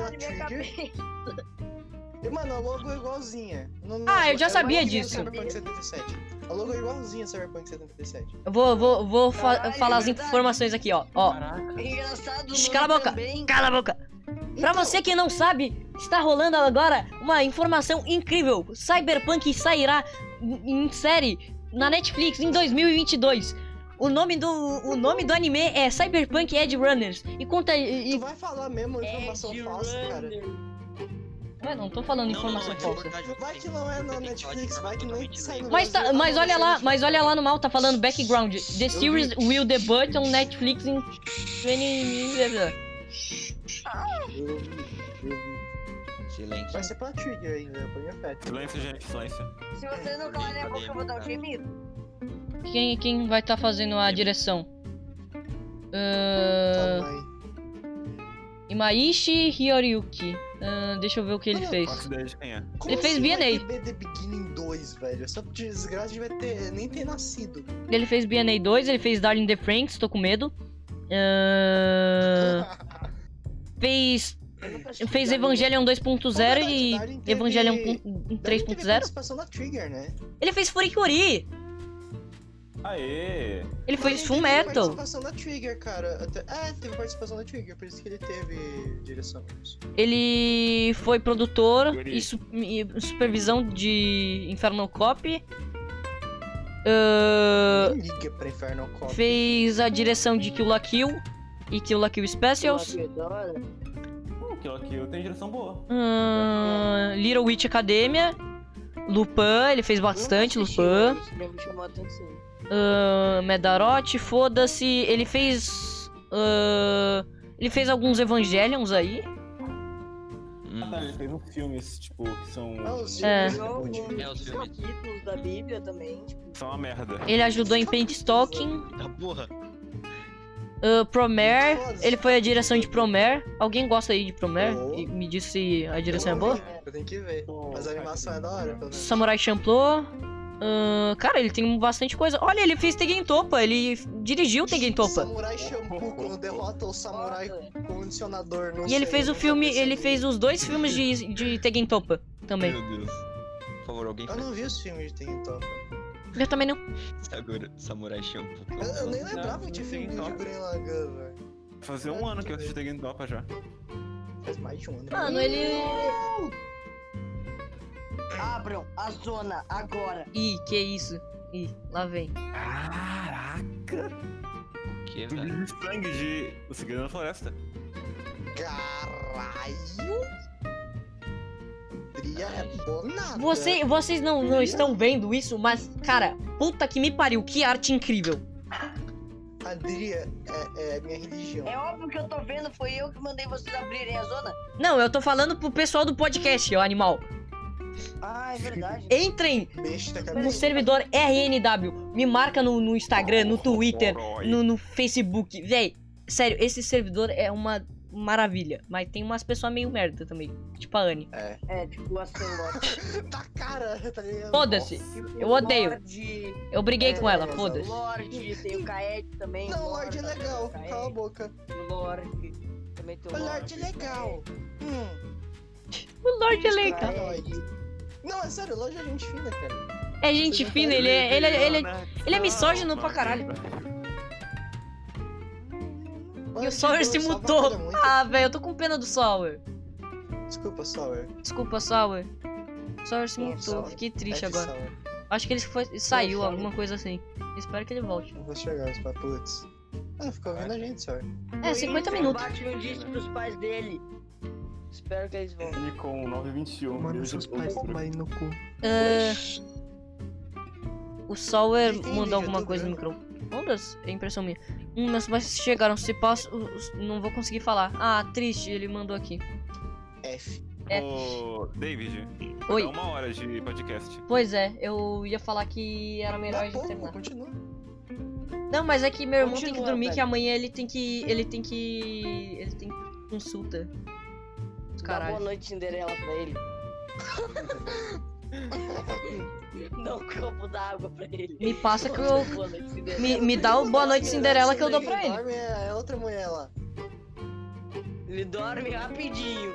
[SPEAKER 4] E, mano, a logo é igualzinha. Não- não,
[SPEAKER 1] Ah, eu já
[SPEAKER 4] é
[SPEAKER 1] sabia
[SPEAKER 4] igualzinha
[SPEAKER 1] disso.
[SPEAKER 4] ao Cyberpunk 77. A logo é igualzinha a Cyberpunk 77.
[SPEAKER 1] Eu Vou, vou, vou fa-
[SPEAKER 5] Caralho,
[SPEAKER 1] falar as
[SPEAKER 5] é verdade.
[SPEAKER 1] informações aqui, ó. ó.
[SPEAKER 5] Engraçado, o
[SPEAKER 1] Shh,
[SPEAKER 5] nome
[SPEAKER 1] cala a boca.
[SPEAKER 5] também.
[SPEAKER 1] Cala a boca. Pra
[SPEAKER 4] Então,
[SPEAKER 1] você que não sabe, Está rolando agora uma informação incrível. Cyberpunk sairá em em série na Netflix em 2022. O nome do o nome do anime é Cyberpunk Edge Runners e conta e,
[SPEAKER 4] Tu
[SPEAKER 1] e-
[SPEAKER 4] vai falar mesmo
[SPEAKER 1] É
[SPEAKER 4] informação falsa, cara.
[SPEAKER 1] Ué, não tô falando
[SPEAKER 3] é
[SPEAKER 1] informação falsa.
[SPEAKER 4] Vai que não é na Netflix, vai que nem sai no
[SPEAKER 1] Mas, tá-
[SPEAKER 4] Brasil.
[SPEAKER 1] mas
[SPEAKER 4] Ah,
[SPEAKER 1] olha
[SPEAKER 4] não,
[SPEAKER 1] lá,
[SPEAKER 4] isso
[SPEAKER 1] mas olha lá no mal, tá falando background. The series will debut on Netflix in 20...
[SPEAKER 4] é de- Eu vi, eu vi.
[SPEAKER 3] Silêncio.
[SPEAKER 4] Vai ser pra Trigger ainda, pra minha fé.
[SPEAKER 2] Silêncio, gente, silência.
[SPEAKER 5] Se vocês não calarem a boca, eu vou dar um gemido.
[SPEAKER 1] Quem, quem vai estar fazendo a direção? Ahn,
[SPEAKER 4] Calma
[SPEAKER 1] Imaishi Hioriyuki. Ahn, deixa eu ver o que ele fez.
[SPEAKER 2] Faço ideia de quem é.
[SPEAKER 4] aí. Como
[SPEAKER 1] Ele fez
[SPEAKER 4] assim vai
[SPEAKER 1] B&A.
[SPEAKER 4] ter The Beginning 2, velho. Essa desgraça devia ter, nem ter nascido.
[SPEAKER 1] Ele fez BNA 2, ele fez Darling in the Franks, tô com medo. Ahn,
[SPEAKER 4] <laughs>
[SPEAKER 1] fez fez Evangelion 2.0
[SPEAKER 4] Verdade, Darling
[SPEAKER 1] e
[SPEAKER 4] teve-
[SPEAKER 1] Evangelion um,
[SPEAKER 4] Darling teve
[SPEAKER 1] 3.0.
[SPEAKER 4] participação da Trigger, né?
[SPEAKER 1] Ele fez Furikuri.
[SPEAKER 2] Aê!
[SPEAKER 1] Ele
[SPEAKER 4] Darling
[SPEAKER 1] fez
[SPEAKER 4] teve
[SPEAKER 1] Full Metal.
[SPEAKER 4] participação da Trigger, cara. Até- É, teve participação da Trigger, por isso que ele teve direção.
[SPEAKER 1] Ele foi produtor
[SPEAKER 2] Guri.
[SPEAKER 1] e, su- e supervisão de Infernal Cop. Ahn,
[SPEAKER 4] Nem liga pra Infernal Cop.
[SPEAKER 1] Ah. fez a direção de Kill la Kill e Kill la Kill Specials,
[SPEAKER 2] Pô, que aqui eu tenho direção boa.
[SPEAKER 1] ahn, Little Witch Academia, Lupin, ele fez bastante Lupin, né? ahn, Medarot, foda-se, ele fez ahn, ele fez alguns Evangelions aí,
[SPEAKER 3] Hum.
[SPEAKER 2] Ah, tá, ele fez uns filmes, tipo, que são. Tipo,
[SPEAKER 4] Ah, os
[SPEAKER 1] É.
[SPEAKER 4] filmes do Bond.
[SPEAKER 3] É, os filmes.
[SPEAKER 5] capítulos da Bíblia também. tipo,
[SPEAKER 2] São uma merda.
[SPEAKER 1] ele ajudou em Paint Stalking,
[SPEAKER 3] Tá porra.
[SPEAKER 1] ahn, Promare, ele foi a direção de Promare, alguém gosta aí de Promare?
[SPEAKER 4] Oh.
[SPEAKER 1] E me diz se a direção é
[SPEAKER 4] Eu não
[SPEAKER 1] boa?
[SPEAKER 4] vi, Eu tenho que ver.
[SPEAKER 2] Pô,
[SPEAKER 4] Mas a
[SPEAKER 2] cara,
[SPEAKER 4] animação
[SPEAKER 2] que
[SPEAKER 4] é da hora, pelo menos.
[SPEAKER 1] Samurai Champloo. Ahn, cara, ele tem bastante coisa. Olha, ele fez Tengen Topa, ele f- dirigiu Tengen Topa.
[SPEAKER 4] Samurai shampoo quando derrota o samurai condicionador. Não
[SPEAKER 1] E ele
[SPEAKER 4] sei,
[SPEAKER 1] fez
[SPEAKER 4] eu
[SPEAKER 1] o
[SPEAKER 4] nunca
[SPEAKER 1] filme,
[SPEAKER 4] percebi.
[SPEAKER 1] ele fez os dois filmes de, de Tengen Topa também.
[SPEAKER 3] Meu Deus. Por favor, alguém
[SPEAKER 4] Eu não vi os filmes de Tengen Toppa.
[SPEAKER 1] Eu também não.
[SPEAKER 3] Sagura, Samurai Shampoo.
[SPEAKER 4] Eu, eu nem
[SPEAKER 2] Não,
[SPEAKER 4] lembrava
[SPEAKER 2] não
[SPEAKER 4] de
[SPEAKER 2] tem
[SPEAKER 4] filme de
[SPEAKER 2] Toppa.
[SPEAKER 4] Gurren Lagann, velho.
[SPEAKER 2] Fazia um ano que eu assisti Tekken Dopa já.
[SPEAKER 4] Faz mais de um ano.
[SPEAKER 1] Mano, ele.
[SPEAKER 5] Abram a zona agora.
[SPEAKER 1] Ih, que isso? Ih, lá vem.
[SPEAKER 2] Caraca!
[SPEAKER 3] O que,
[SPEAKER 2] Tu
[SPEAKER 3] velho?
[SPEAKER 2] diz o sangue de O Segredo na Floresta.
[SPEAKER 4] Caralho! Tria é bonada.
[SPEAKER 1] Você, vocês não, não estão vendo isso, mas, cara, puta que me pariu, que arte incrível.
[SPEAKER 4] Adria é, é minha religião.
[SPEAKER 5] É óbvio que eu tô vendo, foi eu que mandei vocês abrirem a zona.
[SPEAKER 1] Não, eu tô falando pro pessoal do podcast, ó, animal.
[SPEAKER 5] Ah, é verdade.
[SPEAKER 1] Entrem
[SPEAKER 4] Besta
[SPEAKER 1] no
[SPEAKER 4] cabeça.
[SPEAKER 1] servidor RNW. Me marca no- no Instagram, no Twitter,
[SPEAKER 2] Herói.
[SPEAKER 1] no, no Facebook. Véi, sério, esse servidor é uma maravilha. Mas tem umas pessoas meio merda também. Tipo a Anne.
[SPEAKER 5] É, tipo assim, ó.
[SPEAKER 4] Tá cara, tá ligado?
[SPEAKER 1] Foda-se. <laughs> Eu odeio.
[SPEAKER 5] Lorde, é,
[SPEAKER 1] Eu briguei com ela,
[SPEAKER 4] Beleza,
[SPEAKER 1] foda-se.
[SPEAKER 5] Lorde, tem o Kaed também.
[SPEAKER 4] Não, Lorde é
[SPEAKER 5] Lorde,
[SPEAKER 4] legal.
[SPEAKER 5] Kaed,
[SPEAKER 4] Cala a boca.
[SPEAKER 5] Lorde. Também tem
[SPEAKER 4] O Lorde é legal. Hum.
[SPEAKER 1] O Lorde é legal.
[SPEAKER 4] Kaed. Não, é sério, Lorde é gente fina, cara.
[SPEAKER 1] É gente fina, ele é. Ele é, ele é- ele é misógino
[SPEAKER 2] Não,
[SPEAKER 1] pra caralho. E
[SPEAKER 4] Olha
[SPEAKER 1] o Sower
[SPEAKER 4] que
[SPEAKER 1] se
[SPEAKER 4] doido,
[SPEAKER 1] mudou.
[SPEAKER 4] atrapalha muito.
[SPEAKER 1] Ah, velho, eu tô com pena do Sour.
[SPEAKER 4] Desculpa, Sower.
[SPEAKER 1] Desculpa, Sour. Sour se
[SPEAKER 4] Quem é
[SPEAKER 1] mutou,
[SPEAKER 4] Sour?
[SPEAKER 1] fiquei triste
[SPEAKER 4] F
[SPEAKER 1] agora.
[SPEAKER 4] Sower.
[SPEAKER 1] Acho que ele foi, saiu,
[SPEAKER 4] Sour.
[SPEAKER 1] alguma coisa assim. Espero que ele volte.
[SPEAKER 4] Não vou chegar, os paputs. Ah, ficou ouvindo a gente, Sower.
[SPEAKER 1] É, 50 minutos.
[SPEAKER 5] Batman disse um pros pais dele. Espero que eles vão.
[SPEAKER 2] E um, com 921.
[SPEAKER 6] Mano,
[SPEAKER 2] Deus
[SPEAKER 6] seus
[SPEAKER 2] do
[SPEAKER 6] pais
[SPEAKER 2] outro.
[SPEAKER 6] no cu.
[SPEAKER 1] Ah, o Sower
[SPEAKER 4] Entendi,
[SPEAKER 1] mandou alguma
[SPEAKER 4] já tô
[SPEAKER 1] coisa no micro-ondas? É impressão minha. Hum, meus pais chegaram, se passo. os- Não vou conseguir falar. Ah, triste, ele mandou aqui.
[SPEAKER 4] F.
[SPEAKER 1] É.
[SPEAKER 2] Ô, David.
[SPEAKER 1] Oi.
[SPEAKER 2] Dá uma hora de podcast.
[SPEAKER 1] Pois é, eu ia falar que era melhor a
[SPEAKER 5] Tá
[SPEAKER 1] gente
[SPEAKER 4] Dá pouco,
[SPEAKER 1] terminar.
[SPEAKER 4] Tá continua.
[SPEAKER 1] Não, mas é que meu irmão tem que
[SPEAKER 5] Continua,
[SPEAKER 1] dormir,
[SPEAKER 5] velho.
[SPEAKER 1] que amanhã ele tem que. ele tem que. ele tem consulta. Os
[SPEAKER 5] Dá boa
[SPEAKER 1] Caralho.
[SPEAKER 5] noite, Cinderela, pra ele. <laughs> Dá um copo d'água pra ele. um
[SPEAKER 1] Me passa que eu.
[SPEAKER 5] Boa noite, Cinderela.
[SPEAKER 1] Me, me dá o boa noite Cinderela que eu dou pra
[SPEAKER 4] Quem
[SPEAKER 1] ele.
[SPEAKER 4] dorme É outra mulher lá.
[SPEAKER 5] Ele dorme rapidinho.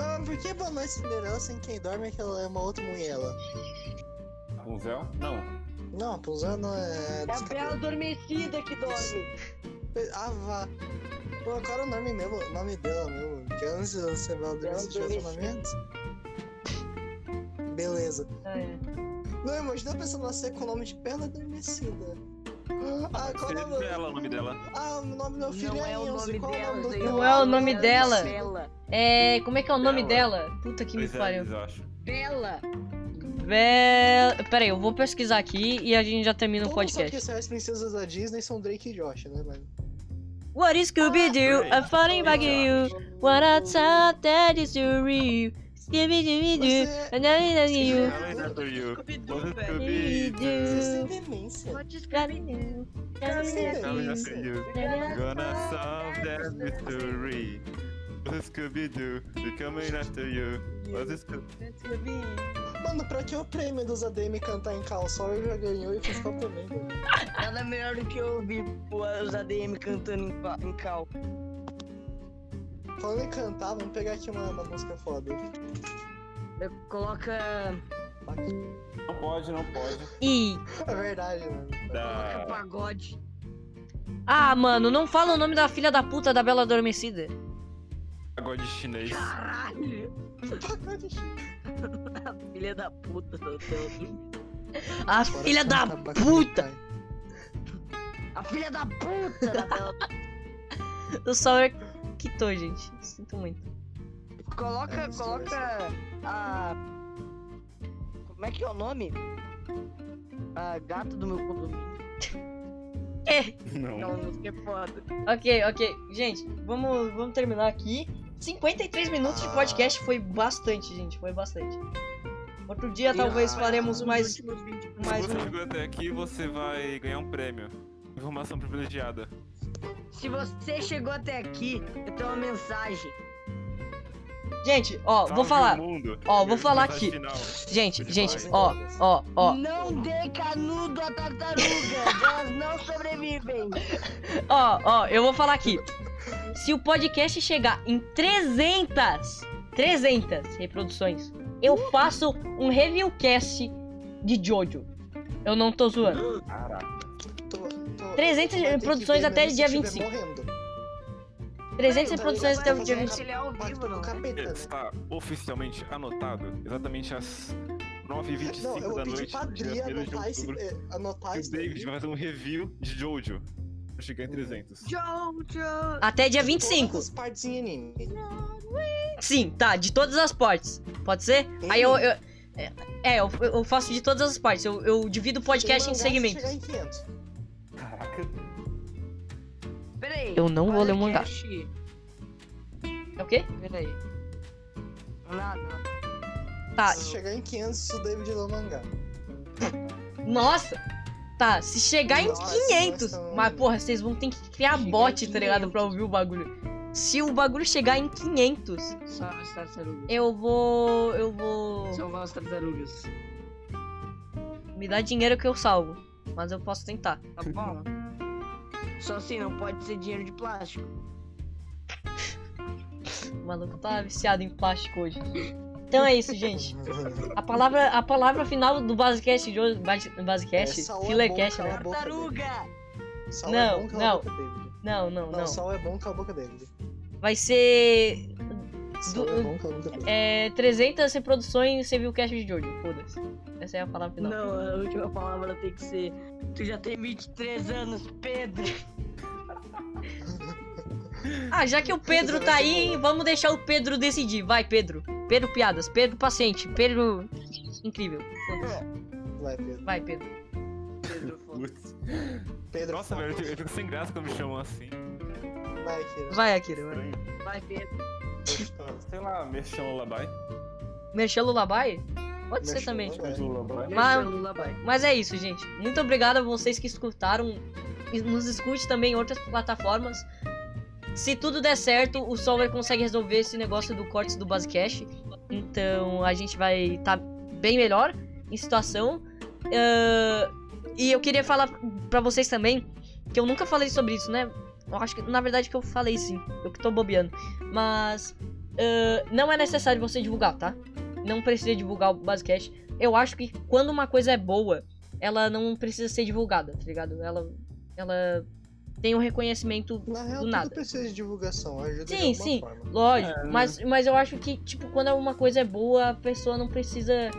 [SPEAKER 4] Ah, por que boa noite Cinderela sem quem dorme é que ela é uma outra mulher lá?
[SPEAKER 2] Com o Zé? Não.
[SPEAKER 4] Não, Punzano é.
[SPEAKER 5] É a bela adormecida que dorme.
[SPEAKER 4] Ah, vá. Colocaram o nome mesmo, o nome dela mesmo. Janzi Sembrador, se tiver funcionamento. Beleza.
[SPEAKER 5] Tá né?
[SPEAKER 4] Não, imagina a pessoa nascer com o nome de Bela Adormecida. Ah, qual o nome?
[SPEAKER 2] Bela é o nome dela.
[SPEAKER 4] Ah, o nome do meu filho
[SPEAKER 5] Não
[SPEAKER 4] é
[SPEAKER 5] é o
[SPEAKER 4] Enzo.
[SPEAKER 5] nome
[SPEAKER 4] Qual o
[SPEAKER 5] dela,
[SPEAKER 4] nome do
[SPEAKER 5] Zé.
[SPEAKER 4] teu?
[SPEAKER 1] Não é o nome dela.
[SPEAKER 5] Bela.
[SPEAKER 1] É. Como é que é o nome
[SPEAKER 2] Bela.
[SPEAKER 1] dela? Puta que me
[SPEAKER 2] Dois
[SPEAKER 1] pariu.
[SPEAKER 2] L's, é, eu acho.
[SPEAKER 5] Bela.
[SPEAKER 1] Bela. Peraí, eu vou pesquisar aqui e a gente já termina o
[SPEAKER 4] Todo mundo sabe que
[SPEAKER 1] podcast.
[SPEAKER 4] essas princesas da Disney são Drake e Josh, né, mano?
[SPEAKER 1] What is Scooby-Doo?
[SPEAKER 2] peraí.
[SPEAKER 1] I'm falling back to you. What I thought that is the real. Scooby-Doo.
[SPEAKER 4] Você-
[SPEAKER 1] And I love you.
[SPEAKER 2] Ela ainda do you.
[SPEAKER 5] Scooby-Doo,
[SPEAKER 2] Você
[SPEAKER 5] velho.
[SPEAKER 4] Vocês
[SPEAKER 1] Scooby-Doo.
[SPEAKER 4] têm demência.
[SPEAKER 5] Pode escrever.
[SPEAKER 2] Ela ainda do you.
[SPEAKER 1] Scooby-Doo.
[SPEAKER 2] Gonna solve that mystery. What's Scooby-Doo? We coming after you. What's Scooby-Doo?
[SPEAKER 4] Mano, pra que o prêmio dos ADM cantar em calçol eu já ganhou e fiz qual também, velho.
[SPEAKER 5] Nada melhor do que eu ouvir o- os ADM cantando em, pa- em cal.
[SPEAKER 4] Falando em cantar, vamos pegar aqui uma, uma música foda. <laughs>
[SPEAKER 5] Eu- Coloca.
[SPEAKER 2] Não pode, não pode.
[SPEAKER 1] E.
[SPEAKER 4] É verdade, mano.
[SPEAKER 5] Coloca
[SPEAKER 2] Da...
[SPEAKER 5] pagode.
[SPEAKER 1] Ah, mano, não fala o nome da filha da puta da Bela Adormecida.
[SPEAKER 2] Pagode chinês.
[SPEAKER 5] Caralho! Filha da puta do teu.
[SPEAKER 1] A filha da
[SPEAKER 4] tá
[SPEAKER 1] puta!
[SPEAKER 5] A filha da puta da Bela.
[SPEAKER 1] O Sauer quitou, gente. Sinto muito.
[SPEAKER 5] Coloca.
[SPEAKER 4] É, isso
[SPEAKER 5] Coloca. A. Como é que é o nome? A gata do meu condomínio.
[SPEAKER 2] Não.
[SPEAKER 5] Aquela música é foda.
[SPEAKER 1] Ok, ok. Gente, vamos, vamos terminar aqui. 53 minutos de
[SPEAKER 4] Ah.
[SPEAKER 1] podcast foi bastante, gente. Foi bastante. Outro dia talvez
[SPEAKER 4] Ah.
[SPEAKER 1] faremos mais.
[SPEAKER 5] Nos últimos 20 minutos.
[SPEAKER 2] Se
[SPEAKER 1] mais
[SPEAKER 2] você
[SPEAKER 1] um.
[SPEAKER 2] chegou até aqui, você vai ganhar um prêmio. Informação privilegiada.
[SPEAKER 5] Se você chegou até aqui, eu tenho uma mensagem.
[SPEAKER 1] Gente, ó, vou
[SPEAKER 2] Salve
[SPEAKER 1] falar.
[SPEAKER 2] o mundo.
[SPEAKER 1] Ó, vou falar
[SPEAKER 2] Mensagem
[SPEAKER 1] aqui.
[SPEAKER 2] final.
[SPEAKER 1] Gente,
[SPEAKER 2] Goodbye.
[SPEAKER 1] gente, ó, ó, ó.
[SPEAKER 5] Não dê canudo a
[SPEAKER 6] <laughs>
[SPEAKER 5] tartarugas, elas não sobrevivem.
[SPEAKER 1] Ó, ó, eu vou falar aqui. Se o podcast chegar em 300, 300 reproduções, eu
[SPEAKER 4] Uhum.
[SPEAKER 1] faço um reviewcast de Jojo. Eu não tô zoando.
[SPEAKER 4] Tô- tô-
[SPEAKER 1] 300
[SPEAKER 4] vai ter que
[SPEAKER 1] produções
[SPEAKER 4] ver
[SPEAKER 1] até
[SPEAKER 4] mesmo se
[SPEAKER 1] dia
[SPEAKER 4] estiver
[SPEAKER 1] 25.
[SPEAKER 4] morrendo.
[SPEAKER 1] 300
[SPEAKER 5] Peraí,
[SPEAKER 1] reproduções até
[SPEAKER 6] um
[SPEAKER 5] vai
[SPEAKER 1] o dia
[SPEAKER 5] fazer
[SPEAKER 1] 25.
[SPEAKER 5] Ele é ao
[SPEAKER 4] Pacto
[SPEAKER 5] vivo,
[SPEAKER 4] do
[SPEAKER 5] não é?
[SPEAKER 4] capeta, né?
[SPEAKER 2] Está oficialmente anotado exatamente às
[SPEAKER 4] Não,
[SPEAKER 2] 9h25
[SPEAKER 4] eu vou
[SPEAKER 2] da
[SPEAKER 4] pedir
[SPEAKER 2] noite.
[SPEAKER 4] pra Dri
[SPEAKER 2] dia 1º de
[SPEAKER 4] anotar esse.
[SPEAKER 2] outubro.
[SPEAKER 4] é, Anotar
[SPEAKER 2] E o
[SPEAKER 4] isso.
[SPEAKER 2] David vai fazer um review de Jojo. é Pra chegar em 300.
[SPEAKER 5] Jojo.
[SPEAKER 1] Até dia
[SPEAKER 4] Todas
[SPEAKER 1] 25.
[SPEAKER 4] as partes em anime.
[SPEAKER 1] Sim, tá, de todas as partes. Pode ser?
[SPEAKER 4] Sim.
[SPEAKER 1] Aí eu. eu- é, é, eu, eu faço de todas as partes. Eu, eu divido o Um podcast
[SPEAKER 4] Tem
[SPEAKER 1] em
[SPEAKER 4] mangá, se
[SPEAKER 1] segmentos.
[SPEAKER 4] chegar em 500.
[SPEAKER 2] Caraca.
[SPEAKER 5] Ah, Peraí.
[SPEAKER 6] Eu não vou ler o mangá.
[SPEAKER 5] podcast.
[SPEAKER 1] É o quê?
[SPEAKER 5] Peraí. Nada.
[SPEAKER 1] Tá,
[SPEAKER 4] Se chegar em 500, isso o David lê o
[SPEAKER 2] <laughs>
[SPEAKER 4] mangá.
[SPEAKER 1] Nossa! Tá, se chegar em
[SPEAKER 4] Nossa,
[SPEAKER 1] 500,
[SPEAKER 4] nossa,
[SPEAKER 1] mas
[SPEAKER 4] mano.
[SPEAKER 1] porra, vocês vão ter que criar
[SPEAKER 5] Chegar em
[SPEAKER 1] bot, tá ligado?
[SPEAKER 5] 500.
[SPEAKER 1] Pra ouvir o bagulho. Se o bagulho chegar em 500,
[SPEAKER 5] Só as tartarugas.
[SPEAKER 1] eu vou. Eu vou.
[SPEAKER 5] São as tartarugas.
[SPEAKER 1] Me dá dinheiro que eu salvo. Mas eu posso tentar.
[SPEAKER 5] Tá bom?
[SPEAKER 1] <laughs>
[SPEAKER 5] Só assim, não pode ser dinheiro de plástico.
[SPEAKER 1] O maluco tá viciado em plástico hoje. Então é isso, gente. A palavra, a palavra final do Basecast de hoje. Bas- Basecast?
[SPEAKER 4] Essa hora é
[SPEAKER 1] Fillercast,
[SPEAKER 4] boa,
[SPEAKER 1] né?
[SPEAKER 4] cara. boca
[SPEAKER 5] Tartaruga!
[SPEAKER 4] Sal
[SPEAKER 1] Não,
[SPEAKER 4] é bom, cala
[SPEAKER 1] não.
[SPEAKER 4] a boca, David.
[SPEAKER 1] Não, não,
[SPEAKER 4] Não,
[SPEAKER 1] não.
[SPEAKER 4] sal é bom, cala a boca, David.
[SPEAKER 1] Vai ser.
[SPEAKER 4] Sal
[SPEAKER 1] Du-
[SPEAKER 4] é bom, cala a boca, David.
[SPEAKER 1] É, 300 reproduções você viu o cast de Jojo. Foda-se. Essa é a palavra final.
[SPEAKER 5] Não, a última palavra tem que ser. Tu já tem 23 anos, Pedro!
[SPEAKER 1] Ah, já que o Pedro tá aí, vamos deixar o Pedro decidir. Vai, Pedro. Pedro Piadas, Pedro Paciente, Pedro Incrível. Foda-se.
[SPEAKER 4] Vai, Pedro.
[SPEAKER 1] Vai, Pedro.
[SPEAKER 5] Pedro, foda
[SPEAKER 2] Putz.
[SPEAKER 4] Pedro,
[SPEAKER 2] Nossa, velho, eu fico- eu fico sem graça quando me chamam assim.
[SPEAKER 4] vai, Kira.
[SPEAKER 1] Vai, Akira. vai.
[SPEAKER 2] Estranho.
[SPEAKER 5] Vai, Pedro.
[SPEAKER 2] Sei lá, Merchan Labai.
[SPEAKER 1] Merchan Lullaby? Pode ser
[SPEAKER 4] Merchan
[SPEAKER 1] também.
[SPEAKER 4] Lullaby.
[SPEAKER 2] Labai.
[SPEAKER 1] Mas-
[SPEAKER 5] Lula vai.
[SPEAKER 1] Mas é isso, gente. Muito obrigado a vocês que escutaram. E Nos escute também em outras plataformas. Se tudo der certo, o Solver consegue resolver esse negócio do corte do Basecast. Então a gente vai estar bem melhor em situação. Ahn, e eu queria falar pra vocês também que eu nunca falei sobre isso, né? Eu acho que na verdade que eu falei sim. Eu que tô bobeando. Mas ahn, não é necessário você divulgar, tá? Não precisa divulgar o Basecast eu acho que quando uma coisa é boa, ela não precisa ser divulgada, tá ligado? Ela, ela tem um reconhecimento
[SPEAKER 4] Na real,
[SPEAKER 1] do
[SPEAKER 4] tudo
[SPEAKER 1] nada.
[SPEAKER 4] precisa de divulgação,
[SPEAKER 1] Sim,
[SPEAKER 4] ajuda de alguma
[SPEAKER 1] sim.
[SPEAKER 4] forma.
[SPEAKER 1] Lógico,
[SPEAKER 2] É, né?
[SPEAKER 1] mas, mas eu acho que, tipo, quando alguma coisa é boa, a pessoa não precisa.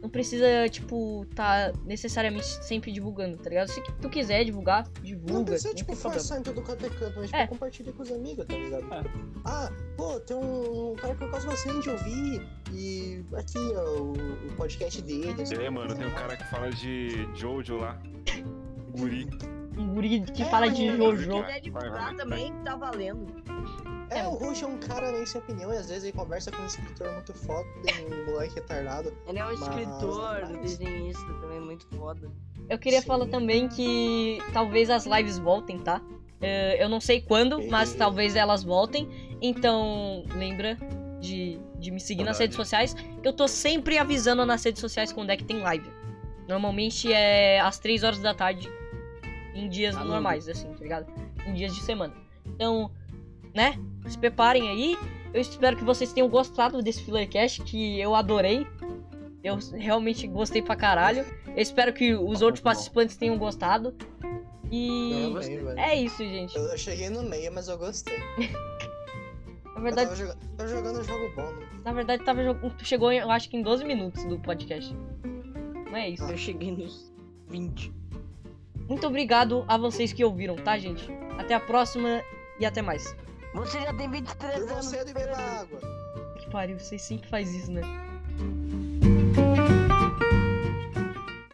[SPEAKER 1] Não precisa, tipo, tá necessariamente sempre divulgando, tá ligado? Se que tu quiser divulgar, divulga.
[SPEAKER 4] Não
[SPEAKER 1] Não
[SPEAKER 4] precisa, tipo,
[SPEAKER 1] tem problema.
[SPEAKER 4] forçar em todo canto e canto, mas, tipo,
[SPEAKER 1] É.
[SPEAKER 4] compartilha com os amigos, tá ligado?
[SPEAKER 2] É.
[SPEAKER 4] Ah, pô, tem um, um cara que eu gosto bastante de ouvir, e aqui, ó, o, o podcast dele. assim,
[SPEAKER 2] É, mano, tem um cara que fala de Jojo lá. Guri.
[SPEAKER 1] Um guri que
[SPEAKER 4] É,
[SPEAKER 1] fala
[SPEAKER 4] mas
[SPEAKER 1] de
[SPEAKER 4] é-
[SPEAKER 5] Se
[SPEAKER 1] Jojo.
[SPEAKER 5] quiser
[SPEAKER 2] Vai,
[SPEAKER 5] divulgar
[SPEAKER 2] vai,
[SPEAKER 5] também, tá valendo.
[SPEAKER 4] É, o Rush é um cara meio sem opinião, e às vezes ele conversa com um escritor muito foda, um moleque retardado.
[SPEAKER 5] Ele é um
[SPEAKER 4] Mas-
[SPEAKER 5] escritor, desenhista também, muito foda.
[SPEAKER 1] Eu queria
[SPEAKER 4] Sim.
[SPEAKER 1] falar também que talvez as lives voltem, tá? Eh, eu não sei quando, mas
[SPEAKER 4] E-
[SPEAKER 1] talvez elas voltem. Então, lembra de, de me seguir nas
[SPEAKER 2] Verdade.
[SPEAKER 1] redes sociais. que Eu tô sempre avisando nas redes sociais quando é que tem live. Normalmente é às 3 horas da tarde, em dias
[SPEAKER 2] Ah, não.
[SPEAKER 1] normais, assim, tá ligado? Em dias de semana. Então, né? Se preparem aí. Eu espero que vocês tenham gostado desse Fillercast, que eu adorei. Eu realmente gostei pra caralho. Eu espero que os
[SPEAKER 2] Tá
[SPEAKER 1] outros
[SPEAKER 2] muito bom.
[SPEAKER 1] participantes tenham gostado. E
[SPEAKER 4] também, velho.
[SPEAKER 1] é isso, gente.
[SPEAKER 4] Eu eu cheguei no meio, mas eu gostei.
[SPEAKER 1] Na verdade,
[SPEAKER 4] Eu tava jogando, tava jogando um jogo bom, né?
[SPEAKER 1] na verdade tava jog- tu chegou, em- eu acho que em 12 minutos do podcast. Não é isso.
[SPEAKER 5] Eu cheguei nos 20.
[SPEAKER 1] Muito obrigado a vocês que ouviram, tá, gente? Até a próxima e até mais.
[SPEAKER 5] Você já tem 23
[SPEAKER 4] Eu vou
[SPEAKER 5] anos.
[SPEAKER 4] cedo e bebo água.
[SPEAKER 1] Que pariu, vocês sempre fazem isso, né?